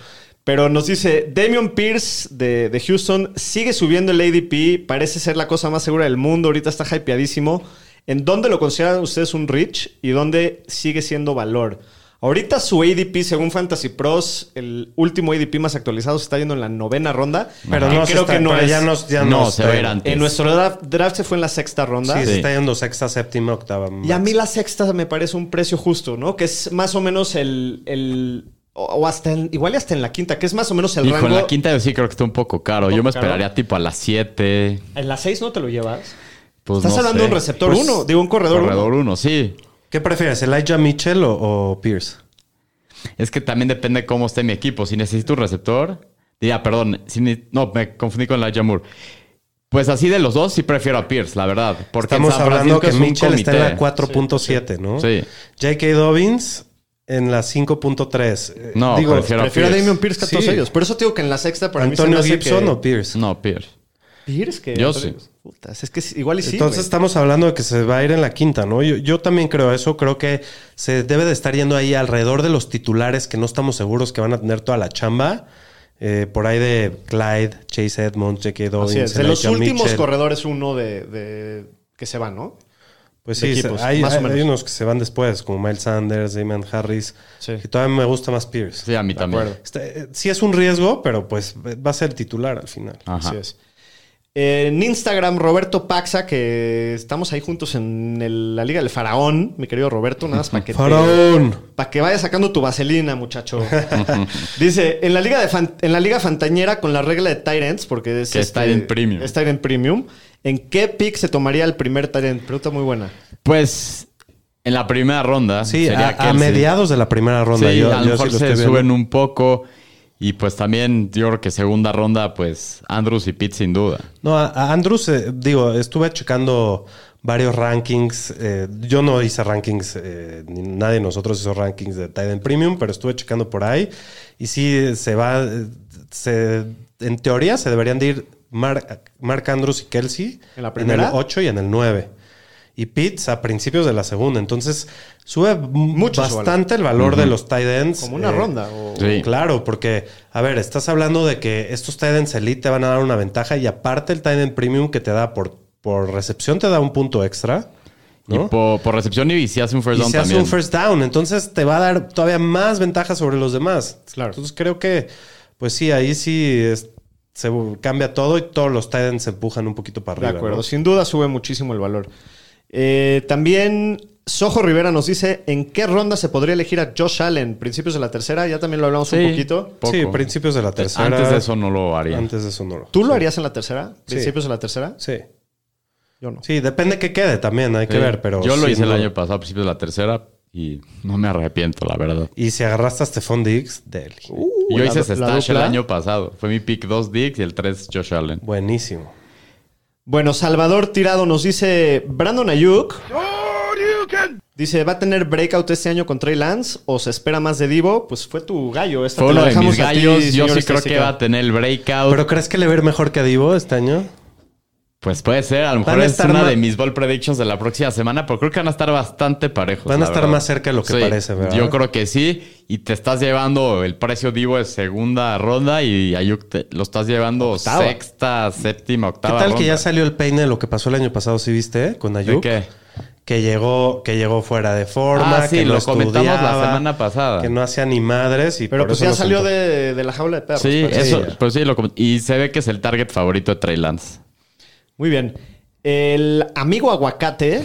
B: Pero nos dice, Damian Pierce de, de Houston sigue subiendo el ADP, parece ser la cosa más segura del mundo, ahorita está hypeadísimo. ¿En dónde lo consideran ustedes un rich y dónde sigue siendo valor? Ahorita su ADP, según Fantasy Pros, el último ADP más actualizado se está yendo en la novena ronda.
D: Pero
B: que
D: no, se está- pero ya nos- ya
C: No,
D: nos-
C: se va a ir antes.
B: En nuestro draft, draft se fue en la sexta ronda.
D: Sí, se
C: Sí.
D: está yendo sexta, séptima, octava.
B: Y a
D: máximo.
B: mí la sexta me parece un precio justo, ¿no? Que es más o menos el. el- o, o hasta en- igual y hasta en la quinta, que es más o menos el
C: Hijo,
B: rango.
C: en la quinta yo sí creo que está un poco caro. Yo
B: ¿Poco
C: me
B: caro?
C: esperaría tipo a las 7.
B: En la seis no te lo llevas.
C: Pues
B: Estás
C: no
B: hablando
C: sé.
B: de un receptor
D: Pues,
B: uno, digo un corredor,
C: Corredor
B: uno.
C: 1, sí.
D: ¿Qué prefieres, Elijah Mitchell o, o Pierce?
C: Es que también depende cómo esté mi equipo. Si necesito un receptor, Ya, perdón. Sidney- no, me confundí con Elijah Moore. Pues así de los dos sí prefiero a Pierce, la verdad. Porque en
D: Estamos
C: San Francisco
D: hablando que
C: es un
D: Mitchell está en la
C: comité.
D: 4.7, ¿no?
C: Sí.
D: J.K. Dobbins en la 5.3. Eh,
C: No, prefiero-
B: Prefiero a
C: Pierce.
B: Damien Pierce que a todos
D: Sí.
B: ellos. Por eso te digo que en la sexta para
D: Antonio
B: mí se me hace
D: Gibson
B: que-
D: o Pierce.
C: No, Pierce.
B: Pierce que...
C: Yo
B: Antonio-
C: sí.
B: Putas, es que sí, igual y sí,
D: Entonces
B: güey.
D: estamos hablando de que se va a ir en la quinta, ¿no? Yo, yo también creo eso. Creo que se debe de estar yendo ahí alrededor de los titulares que no estamos seguros que van a tener toda la chamba. Eh, por ahí de Clyde, Chase Edmonds, J.K. Dobbins.
B: Así es, de los
D: Elijah
B: últimos
D: Mitchell.
B: corredores uno de, de- que se va, ¿no?
D: Pues
B: de
D: sí, se-
B: equipos,
D: hay,
B: más o
D: hay-
B: menos.
D: hay unos que se van después, como Miles Sanders, Damon Harris.
B: Sí.
D: Que todavía me gusta más Pierce.
C: Sí, a mí
B: De
C: también.
B: acuerdo.
D: Está- eh, sí es un riesgo, pero pues va a ser titular al final.
C: Ajá.
B: Así es. En Instagram, Roberto Paxa, que estamos ahí juntos en el- la Liga del Faraón, mi querido Roberto, nada más para que te- Para que vayas sacando tu vaselina, muchacho. Dice, en la liga de fan- en la liga fantañera con la regla de Tyrants, porque es
C: Que es tight end premium.
B: es tight end premium, ¿en qué pick se tomaría el primer Tyrant? Pregunta muy buena.
C: Pues en la primera ronda.
D: Sí,
C: sería
D: a, a
C: Kelsey.
D: mediados de la primera ronda.
C: Sí,
D: yo,
C: a lo
D: yo
C: mejor
D: sí lo
C: se
D: estoy viendo.
C: suben un poco. Y pues también yo creo que segunda ronda, pues Andrews y Pitt sin duda.
D: No, a, a Andrews, eh, digo, estuve checando varios rankings. eh, yo no hice rankings, eh, ni nadie de nosotros hizo rankings de Titan Premium, pero estuve checando por ahí. Y sí, eh, se va, eh, se, en teoría se deberían de ir Mark, Mark Andrews y Kelsey
B: ¿En la primera?
D: el 8 y en el 9. Y Pitts a principios de la segunda. Entonces sube
B: Mucho
D: Mucho
B: su valor.
D: bastante el valor de los tight ends.
B: Como una
D: eh,
B: ronda. o-
C: Sí.
D: Claro, porque, a ver, estás hablando de que estos tight ends elite te van a dar una ventaja y aparte el tight end premium que te da por, por recepción te da un punto extra. ¿no?
C: Y po- por recepción y si hace un first
D: Y
C: down
D: se hace
C: también.
D: un first down, entonces te va a dar todavía más ventaja sobre los demás.
B: Claro.
D: Entonces creo que, pues sí, ahí sí es- se cambia todo y todos los tight ends se empujan un poquito para
B: De
D: arriba.
B: acuerdo,
D: ¿no?
B: sin duda sube muchísimo el valor. Eh, también Sojo Rivera nos dice, ¿en qué ronda se podría elegir a Josh Allen? Principios de la tercera, ya también lo hablamos
C: Sí.
B: un poquito.
C: Poco.
D: Sí, principios de la tercera.
C: Antes de eso no lo haría.
D: Antes de eso no lo-
B: ¿Tú lo
D: sí.
B: harías en la tercera? ¿Principios de la tercera?
D: Sí.
B: Yo no.
D: Sí, depende que quede también, hay que
C: Sí.
D: ver, pero...
C: Yo lo
D: sin
C: hice el
D: duda.
C: año pasado, a principios de la tercera, y no me arrepiento, la verdad.
D: Y si agarraste a Stephon Diggs, Deli.
C: Y
B: la-
C: yo hice ese
B: la
C: stash el
B: dupla.
C: año pasado. Fue mi pick 2 Dicks y el 3 Josh Allen.
D: Buenísimo.
B: Bueno, Salvador Tirado nos dice Brandon Ayuk. Dice, ¿va a tener breakout este año con Trey Lance o se espera más de Divo? Pues fue tu gallo. Esta
C: Fue
B: te
C: uno
B: la
C: de mis
B: dejamos a ti,
C: gallos. yo
B: señor
C: sí creo que
B: estadística.
C: va a tener el breakout.
D: ¿Pero crees que le ver mejor que a Divo este año?
C: pues puede ser. A lo
D: Van
C: mejor
D: a
C: es
D: estar
C: una
D: más-
C: de mis ball predictions de la próxima semana, pero creo que van a estar bastante parejos.
D: Van a
C: Pues la
D: estar
C: verdad.
D: más cerca de lo que parece, ¿verdad?
C: Yo creo que sí. Y te estás llevando el precio Divo de segunda ronda y Ayuk te- lo estás llevando
B: Octava.
C: sexta, séptima,
D: ¿Qué
C: octava.
D: tal que ya
C: ronda.
D: salió el peine de lo que pasó el año pasado, si viste, eh? con
C: ¿De
D: Ayuk?
C: qué?
D: Que llegó, que llegó fuera de forma,
C: Ah, sí,
D: que no
C: lo comentamos la
D: estudiaba,
C: semana pasada.
D: Que no hacía ni madres y
B: Pero
D: por
B: pues
D: eso
B: ya
D: nos
B: salió
D: entró.
B: de, de la jaula de perros.
C: Sí,
B: pues.
C: eso,
D: ya.
C: pues sí, lo coment- y se ve que es el target favorito de Trey Lance.
B: Muy bien. El amigo aguacate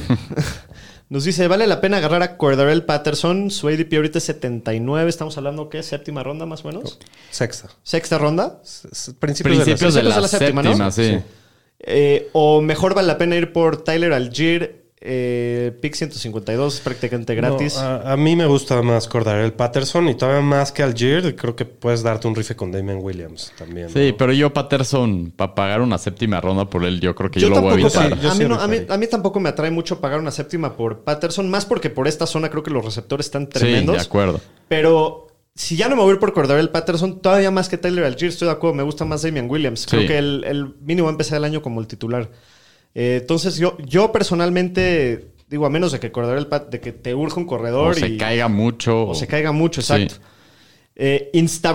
B: nos dice, ¿vale la pena agarrar a Cordarel Patterson? Su ADP ahorita es 79. Estamos hablando, ¿qué? ¿Séptima ronda más o menos?
D: Sexta.
B: ¿Sexta ronda?
D: S- s- Principios,
C: Principios
D: pues, de
C: de la, séptima,
B: ¿no?
C: sí.
B: Eh, o mejor vale la pena ir por Tyler Algier, eh, pick 152, es prácticamente
D: la
B: gratis.
D: No, ah, a, a mí me gusta más Cordarel Patterson y todavía más que Algier. Creo que puedes darte un rifle con Damon Williams también.
C: Sí,
D: ¿no?
C: pero yo Patterson, para pagar una séptima ronda por él, yo creo que yo,
B: yo,
C: lo voy a
B: tampoco,
C: evitar.
D: sí, yo
B: a, mí
D: sí
B: no-
D: lo
B: a mí-
D: ubicaría.
B: a mí tampoco me atrae mucho pagar una séptima por Patterson, más porque por esta zona creo que los receptores están
C: Sí,
B: tremendos.
C: de acuerdo.
B: Pero si ya no me voy a ir por Cordarel Patterson, todavía más que Tyler Algier, estoy de acuerdo, me gusta más Damian Williams. Creo
C: Sí.
B: que el, el mínimo va a empezar el año como el titular. Eh, entonces yo, yo personalmente digo, a menos de que Cordarel Pat- de que te urge un corredor
C: O se
B: y-
C: caiga mucho.
B: o se caiga mucho,
C: Sí.
B: exacto. Eh,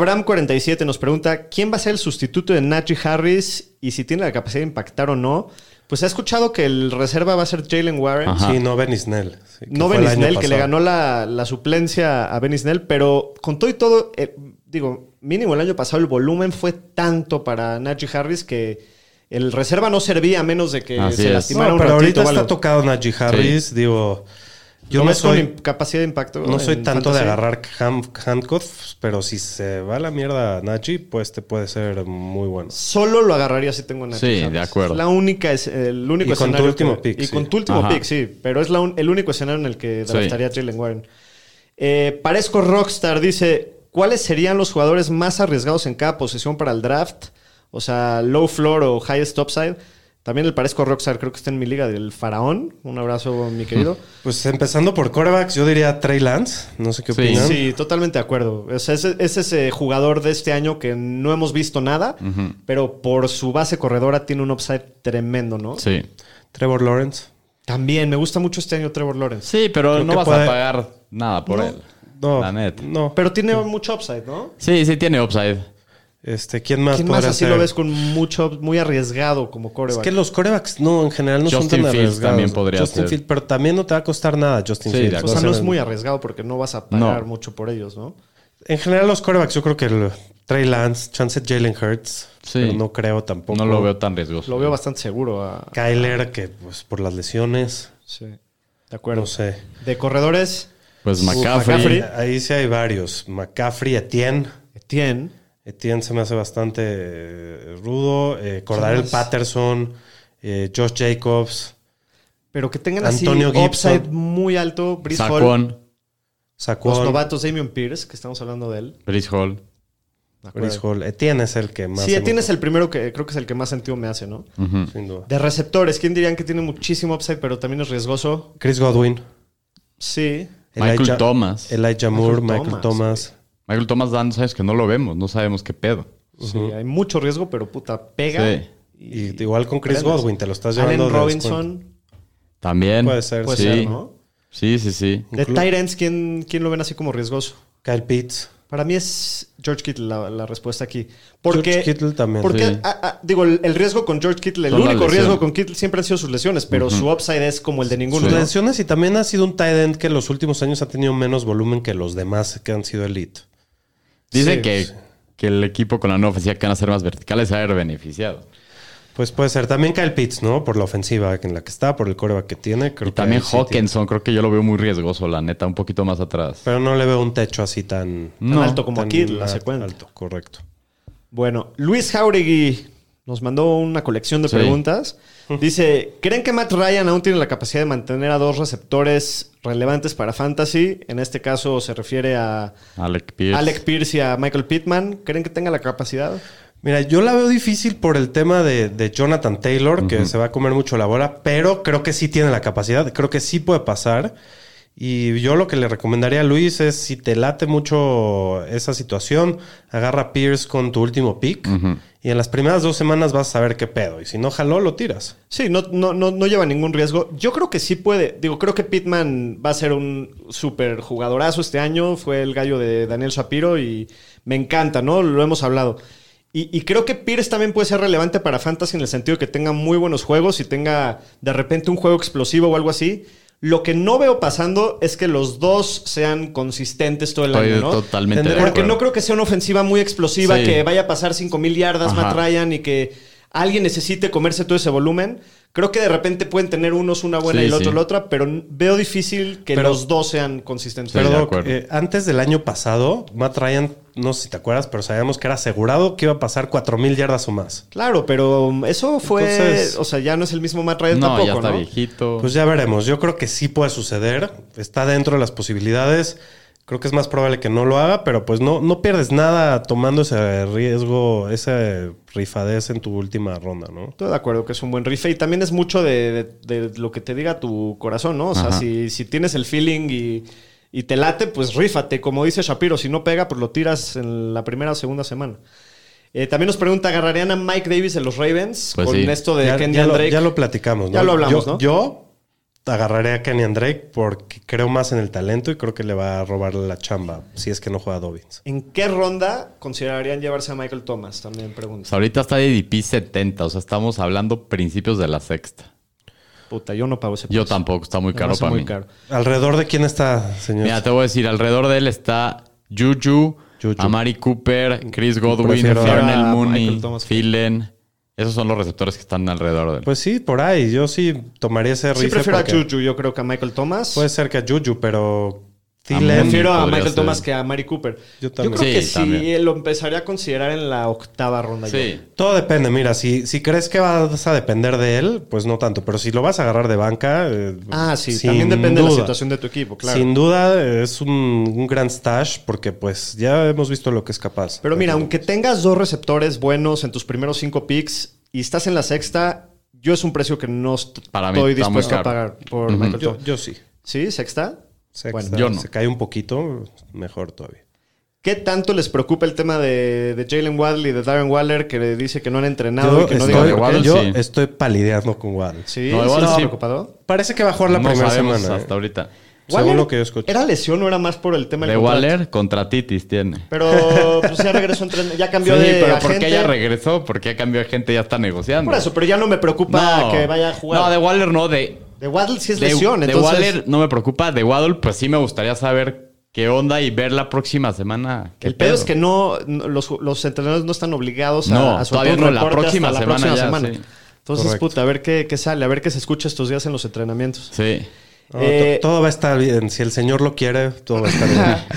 B: Instagram47 nos pregunta: ¿quién va a ser el sustituto de Najee Harris y si tiene la capacidad de impactar o no? Pues ha escuchado que el reserva va a ser Jalen Warren.
C: Ajá.
D: Sí, no Benny Snell. sí, que
B: No
D: fue el
B: Ben
D: año
B: Snell, que le
D: pasado.
B: ganó la, la suplencia a Ben Snell, pero con todo y todo, eh, digo, mínimo el año pasado el volumen fue tanto para Najee Harris que el reserva no servía a menos de que
C: Así
B: se
C: es.
B: lastimara
D: No,
B: un
D: pero
B: ratito
D: ahorita
B: o
D: está
B: algo.
D: tocado Najee Harris, digo. Yo
B: ¿Lo
D: no
B: ves con
D: soy,
B: imp- capacidad de impacto.
D: no soy
B: en
D: tanto de
B: fantasy?
D: agarrar ham- handcuffs, pero si se va a la mierda Najee, pues te puede ser muy bueno.
B: Solo lo agarraría si tengo Najee
C: Sí,
B: Harris.
C: de acuerdo.
B: Es La única es el único
D: Y con tu
B: escenario
D: último
B: que-
D: pick,
B: Y
D: sí.
B: con tu último
C: Ajá.
B: pick, sí. Pero es la un- el único escenario en el que
C: Sí.
B: draftaría a Jalen Warren. Eh, parezco Rockstar, dice. ¿Cuáles serían los jugadores más arriesgados en cada posición para el draft? O sea, low floor o highest upside. También el parezco a Rockstar, creo que está en mi liga del Faraón. Un abrazo, mi querido.
D: Pues empezando por corebacks, yo diría Trey Lance. No sé qué
C: Sí.
D: opinan.
B: Sí, totalmente de acuerdo. O sea, ese- es ese jugador de este año que no hemos visto nada, pero por su base corredora tiene un upside tremendo, ¿no?
C: Sí.
D: Trevor Lawrence.
B: También me gusta mucho este año Trevor Lawrence.
C: Sí, pero
D: Creo
C: no
D: que
C: vas
D: puede-
C: a pagar nada por
D: No,
C: él.
D: No,
C: La neta.
D: no.
B: Pero tiene mucho upside, ¿no?
C: Sí, sí, tiene upside.
D: Este, ¿quién más
B: ¿Quién
D: podrá
B: más así
D: ser?
B: lo ves con mucho, muy arriesgado como
D: Es
B: coreback?
D: que los corebacks no, en general no son
C: Justin
D: tan
C: Fields
D: arriesgados.
C: también podría
D: Justin
C: ser.
D: Fields, pero también no te va a costar nada Justin
C: Sí, de
D: Fields.
B: o sea, no es
D: en-
B: muy arriesgado porque no vas a pagar
C: No.
B: mucho por ellos, ¿no?
D: En general los corebacks, yo creo que el Trey Lance, chance Jalen Hurts,
C: Sí.
D: pero no creo tampoco.
C: No lo veo tan riesgoso.
B: Lo veo bastante seguro. a-
D: Kyler, que pues por las lesiones,
B: sí. De acuerdo.
D: no sé.
B: De corredores,
C: Pues
B: Uf,
C: McCaffrey.
B: McCaffrey.
D: Ahí sí hay varios. McCaffrey, Etienne.
B: Etienne.
D: Etienne se me hace bastante eh, rudo. Eh, Cordarel
B: más?
D: Patterson, eh, Josh Jacobs,
B: Pero que tengan
D: Antonio
B: así
D: Gibson.
B: upside muy alto. Brice Hall.
C: Saquon.
B: Los
D: Saquon,
B: novatos, Damian Pierce, que estamos hablando de él.
C: Brice Hall.
B: ¿de acuerdo?
D: Chris Hall. Etienne es el que más... Mm.
B: Sí,
D: se me-
B: Etienne es el primero que creo que es el que más sentido me hace, ¿no?
C: Ujú.
D: Sin duda.
B: De receptores, ¿quién dirían que tiene muchísimo upside, pero también es riesgoso?
D: Chris Godwin.
B: Sí.
C: Michael
D: Elijah-
C: Thomas.
D: Elijah Moore,
B: Michael Thomas,
D: Michael Thomas.
C: Michael Thomas Dan, sabes que no lo vemos, no sabemos qué pedo.
B: Sí, hay mucho riesgo, pero puta, pega.
C: Sí.
D: Y igual con Chris
B: prendes.
D: Godwin, te lo estás llevando
B: Allen
D: de
B: Robinson,
C: También.
D: Puede ser,
B: puede
C: sí.
B: ser, ¿no?
C: Sí, sí, sí.
B: De
D: Inclu-
B: Tyrants, ¿quién, ¿quién lo ven así como riesgoso?
D: Kyle Pitts.
B: Para mí es George Kittle la, la respuesta aquí. Porque,
D: George Kittle también.
B: Porque,
C: Sí.
B: ah, ah, digo, el, el riesgo con George Kittle, el
C: Son las
B: único riesgo
C: lesiones.
B: con Kittle siempre han sido sus lesiones, pero su upside es como el de ninguno.
D: Sus
B: ¿no?
D: lesiones y también ha sido un tight end que en los últimos años ha tenido menos volumen que los demás que han sido elite.
C: Dicen
B: Sí, pues
C: que,
B: sí.
C: que el equipo con la nueva ofensiva que van a ser más verticales se va a haber beneficiado.
D: Pues puede ser. También Kyle Pitts, ¿no? Por la ofensiva en la que está, por el coreback que tiene. Creo
C: Y también
D: que ahí sí tiene.
C: Hawkinson, creo que yo lo veo muy riesgoso, la neta, un poquito más atrás.
D: Pero no le veo un techo así tan...
B: Tan alto como
D: tan
B: aquí, la
D: al-
B: secuencia.
D: Alto, correcto.
B: Bueno, Luis Jauregui nos mandó una colección de
C: Sí.
B: preguntas. Dice, ¿creen que Matt Ryan aún tiene la capacidad de mantener a dos receptores relevantes para fantasy? En este caso se refiere a
C: Alec Pierce.
B: Alec Pierce y a Michael Pittman. ¿Creen que tenga la capacidad?
D: Mira, yo la veo difícil por el tema de, de Jonathan Taylor, que se va a comer mucho la bola, pero creo que sí tiene la capacidad, creo que sí puede pasar. Y yo lo que le recomendaría a Luis es, si te late mucho esa situación, agarra a Pierce con tu último pick y en las primeras dos semanas vas a saber qué pedo. Y si no jaló, lo tiras.
B: Sí, no, no, no, no lleva ningún riesgo. Yo creo que sí puede. Digo, creo que Pittman va a ser un súper jugadorazo este año. Fue el gallo de Daniel Shapiro y me encanta, ¿no? Lo hemos hablado. Y, y creo que Pierce también puede ser relevante para Fantasy en el sentido que tenga muy buenos juegos y tenga de repente un juego explosivo o algo así. Lo que no veo pasando es que los dos sean consistentes todo el
C: Estoy
B: año, ¿no?
C: totalmente de
D: Tendría-
B: Porque
C: acuerdo.
B: no creo que sea una ofensiva muy explosiva,
C: Sí.
B: que vaya a pasar 5.000 yardas,
C: Ajá.
B: Matt Ryan, y que alguien necesite comerse todo ese volumen. Creo que de repente pueden tener unos una buena
C: Sí,
B: y el otro
C: sí.
B: la otra, pero n- veo difícil que
D: Pero-
B: los dos sean consistentes.
C: Sí,
D: Pero
C: de
D: Doc,
C: acuerdo.
D: eh, antes del año pasado, Matt Ryan, no sé si te acuerdas, pero sabíamos que era asegurado que iba a pasar 4.000 yardas o más.
B: Claro, pero eso fue.
D: Entonces-
B: o sea, ya no es el mismo Matt Ryan
C: no,
B: tampoco,
C: ya está
B: ¿no?
C: viejito.
D: Pues ya veremos. Yo creo que sí puede suceder. Está dentro de las posibilidades. Creo que es más probable que no lo haga, pero pues no, no pierdes nada tomando ese riesgo, esa rifadez en tu última ronda, ¿no?
B: Estoy de acuerdo que es un buen rife y también es mucho de, de- de lo que te diga tu corazón, ¿no? O sea,
C: Ajá.
B: si, si tienes el feeling y, y te late, pues rífate. Como dice Shapiro, si no pega, pues lo tiras en la primera o segunda semana. Eh, también nos pregunta, ¿agarrarían a Mike Davis en los Ravens
C: Pues
B: con
C: sí.
B: esto de Kenny
D: lo,
B: Drake?
D: ya lo platicamos, ¿no?
B: Ya lo hablamos,
D: yo,
B: ¿no?
D: Yo agarraré a Kenny and Drake porque creo más en el talento y creo que le va a robar la chamba si es que no juega Dobbins.
B: ¿En qué ronda considerarían llevarse a Michael Thomas? También pregunta.
C: Pues ahorita está de DP 70, o sea, estamos hablando principios de la sexta.
B: Puta, yo no pago ese
C: Yo
B: precio.
C: tampoco, está muy
B: Pues Me
C: caro
B: hace
C: para
B: muy
C: mí.
B: caro.
D: ¿Alrededor de quién está, señor?
C: Mira, te voy a decir, alrededor de él está Juju,
D: Juju.
C: Amari Cooper, Chris Godwin,
D: Prefiero a
C: Darnell
B: Michael
C: Mooney,
B: Thomas.
C: Phelan. Esos son los receptores que están alrededor de él.
D: Pues sí, por ahí. Yo sí tomaría ese riesgo.
B: Sí prefiero a Juju, yo creo que a Michael Thomas.
D: Puede ser que a Juju, pero
B: Me
C: También
B: refiero a
C: podría
B: Michael
C: ser.
B: Thomas que a Mary Cooper.
D: Yo
B: Yo,
D: también.
B: creo
C: Sí,
B: que sí
C: también.
B: lo empezaría a considerar en la octava ronda.
C: Sí.
D: Todo depende, mira, si, si crees que vas a depender de él, pues no tanto, pero si lo vas a agarrar de banca... eh,
B: yo. Ah, sí.
D: sin
B: También depende de la
D: duda.
B: situación de tu equipo, claro.
D: Sin duda eh, es un, un gran stash porque pues ya hemos visto lo que es capaz.
B: Pero mira, aunque tengas dos receptores buenos en tus primeros cinco picks y estás en la sexta, yo es un precio que no est-
C: Para mí
B: estoy
C: está muy
B: dispuesto a
C: caro.
B: pagar por Michael
D: Yo,
B: Thomas.
D: yo sí.
B: ¿Sí? ¿Sexta?
D: Sexta,
B: Bueno,
C: yo no.
D: Se cae un poquito, mejor todavía.
B: ¿Qué tanto les preocupa el tema de, de Jalen Waddle y de Darren Waller que le dice que no han entrenado y que no digan
C: de
B: por qué?
C: Waddle,
D: yo
C: sí.
D: estoy palideando con Waddle.
B: ¿Sí?
C: No, de
B: ¿Sí
C: Waddle
B: está
C: sí.
B: preocupado?
D: Parece que va a jugar la
C: no
D: primera
C: sabemos
D: semana.
C: hasta
D: ¿eh?
C: ahorita.
D: Según
B: Waller,
D: lo que yo escucho.
B: ¿Era lesión o era más por el tema
C: De
B: del contrato?
C: Waller contra Titis tiene.
B: Pero pues ya regresó, a entrenar- ya cambió
C: sí,
B: de
C: pero
B: agente.
C: ¿por qué ya regresó? ¿Por qué cambió de gente? Ya está negociando.
B: Por eso, pero ya no me preocupa que vaya a jugar.
C: No, de
B: de,
C: Waller no, de,
B: Waddle sí es
C: de,
B: lesión,
C: de
B: entonces...
C: Waller no me preocupa. De Waddle, pues sí me gustaría saber qué onda y ver la próxima semana. qué
B: El pedo
C: pedo.
B: es que no, no- los, los entrenadores no están obligados a,
C: No,
B: a soltar
C: todavía
B: un
C: no, la
B: reporte
C: próxima
B: hasta
C: semana
B: próxima
C: ya,
B: semana.
C: sí.
B: Entonces,
D: Correcto.
B: puta, a ver qué, qué sale, a ver qué se escucha estos días en los entrenamientos.
C: Sí.
D: No, to-
B: Eh,
D: todo va a estar bien. Si el señor lo quiere, todo va a estar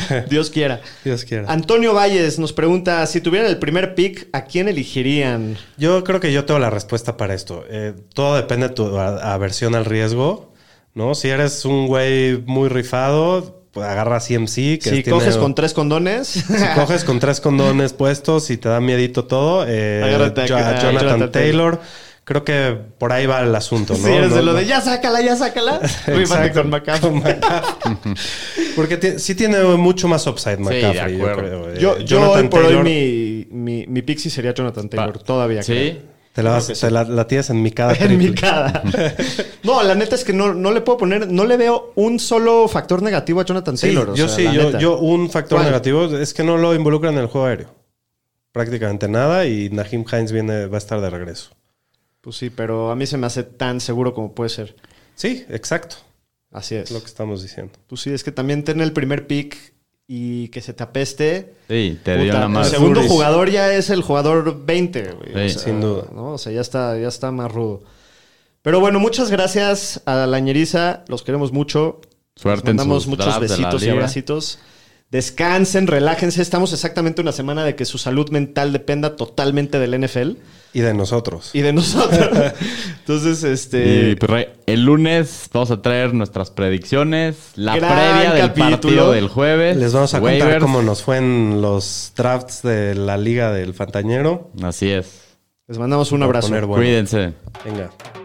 D: bien.
B: Dios quiera.
D: Dios quiera.
B: Antonio Valles nos pregunta, si tuvieran el primer pick, ¿a quién elegirían?
D: Yo creo que yo tengo la respuesta para esto. Eh, todo depende de tu a- aversión al riesgo, ¿no? Si eres un güey muy rifado, pues agarra CMC. Que
B: si
D: tiene-
B: coges con tres condones,
D: Si coges con tres condones puestos y te da miedito todo, eh,
B: Agárrate a-
D: Jo-
B: a
D: a Jonathan,
B: Jonathan
D: Taylor. Creo que por ahí va el asunto, ¿no?
B: si eres
D: No-
B: de lo
D: no-
B: de ya sácala, ya sácala, rífate
D: Exacto.
B: con Macao.
D: Con McCaffrey. Porque ti- sí tiene mucho más upside
C: de
D: McCaffrey, yo
C: acuerdo.
D: creo. Eh,
B: Yo, yo
D: Jonathan
B: hoy por
D: Taylor,
B: hoy mi, mi, mi pick sí sería Jonathan Taylor,
C: Pa-
B: todavía.
C: Sí.
D: Te la, vas- te la- la tienes en mi cada
B: En mi
D: triple.
B: cara. No, la neta es que no, no le puedo poner, no le veo un solo factor negativo a Jonathan
D: Sí,
B: Taylor. o
D: yo
B: sea,
D: sí,
B: la
D: yo,
B: neta.
D: yo un factor
B: ¿Cuál?
D: negativo es que no lo involucran en el juego aéreo. Prácticamente nada y Nahim Hines viene, va a estar de regreso.
B: Pues sí, pero a mí se me hace tan seguro como puede ser.
D: Sí, exacto.
B: Así es.
D: Es lo que estamos diciendo.
B: Pues sí, es que también tener el primer pick y que se te apeste.
C: Sí, te dio
B: puta,
C: la
B: el
C: madre.
B: segundo
D: Furries.
B: jugador ya es el jugador 20, güey.
C: Sí.
D: Sin duda.
B: ¿no? O sea, ya está, ya está más rudo. Pero bueno, muchas gracias a la ñeriza. Los queremos mucho.
C: Suerte
B: Les
C: en
B: mandamos
C: sus
B: muchos
C: drafts de la
B: besitos y
C: liga.
B: abracitos. Descansen, relájense. Estamos exactamente una semana de que su salud mental dependa totalmente del NFL
D: Y de nosotros.
B: y de nosotros. Entonces, este.
C: Y pues, re- el lunes vamos a traer nuestras predicciones, la
B: Gran
C: previa del
B: capítulo.
C: partido del jueves.
D: Les vamos a contar
C: waivers.
D: cómo nos fue en los drafts de la Liga del Fantañero.
C: Así es.
B: Les mandamos un
D: Por
B: abrazo.
D: poner bueno.
C: Cuídense.
D: Venga.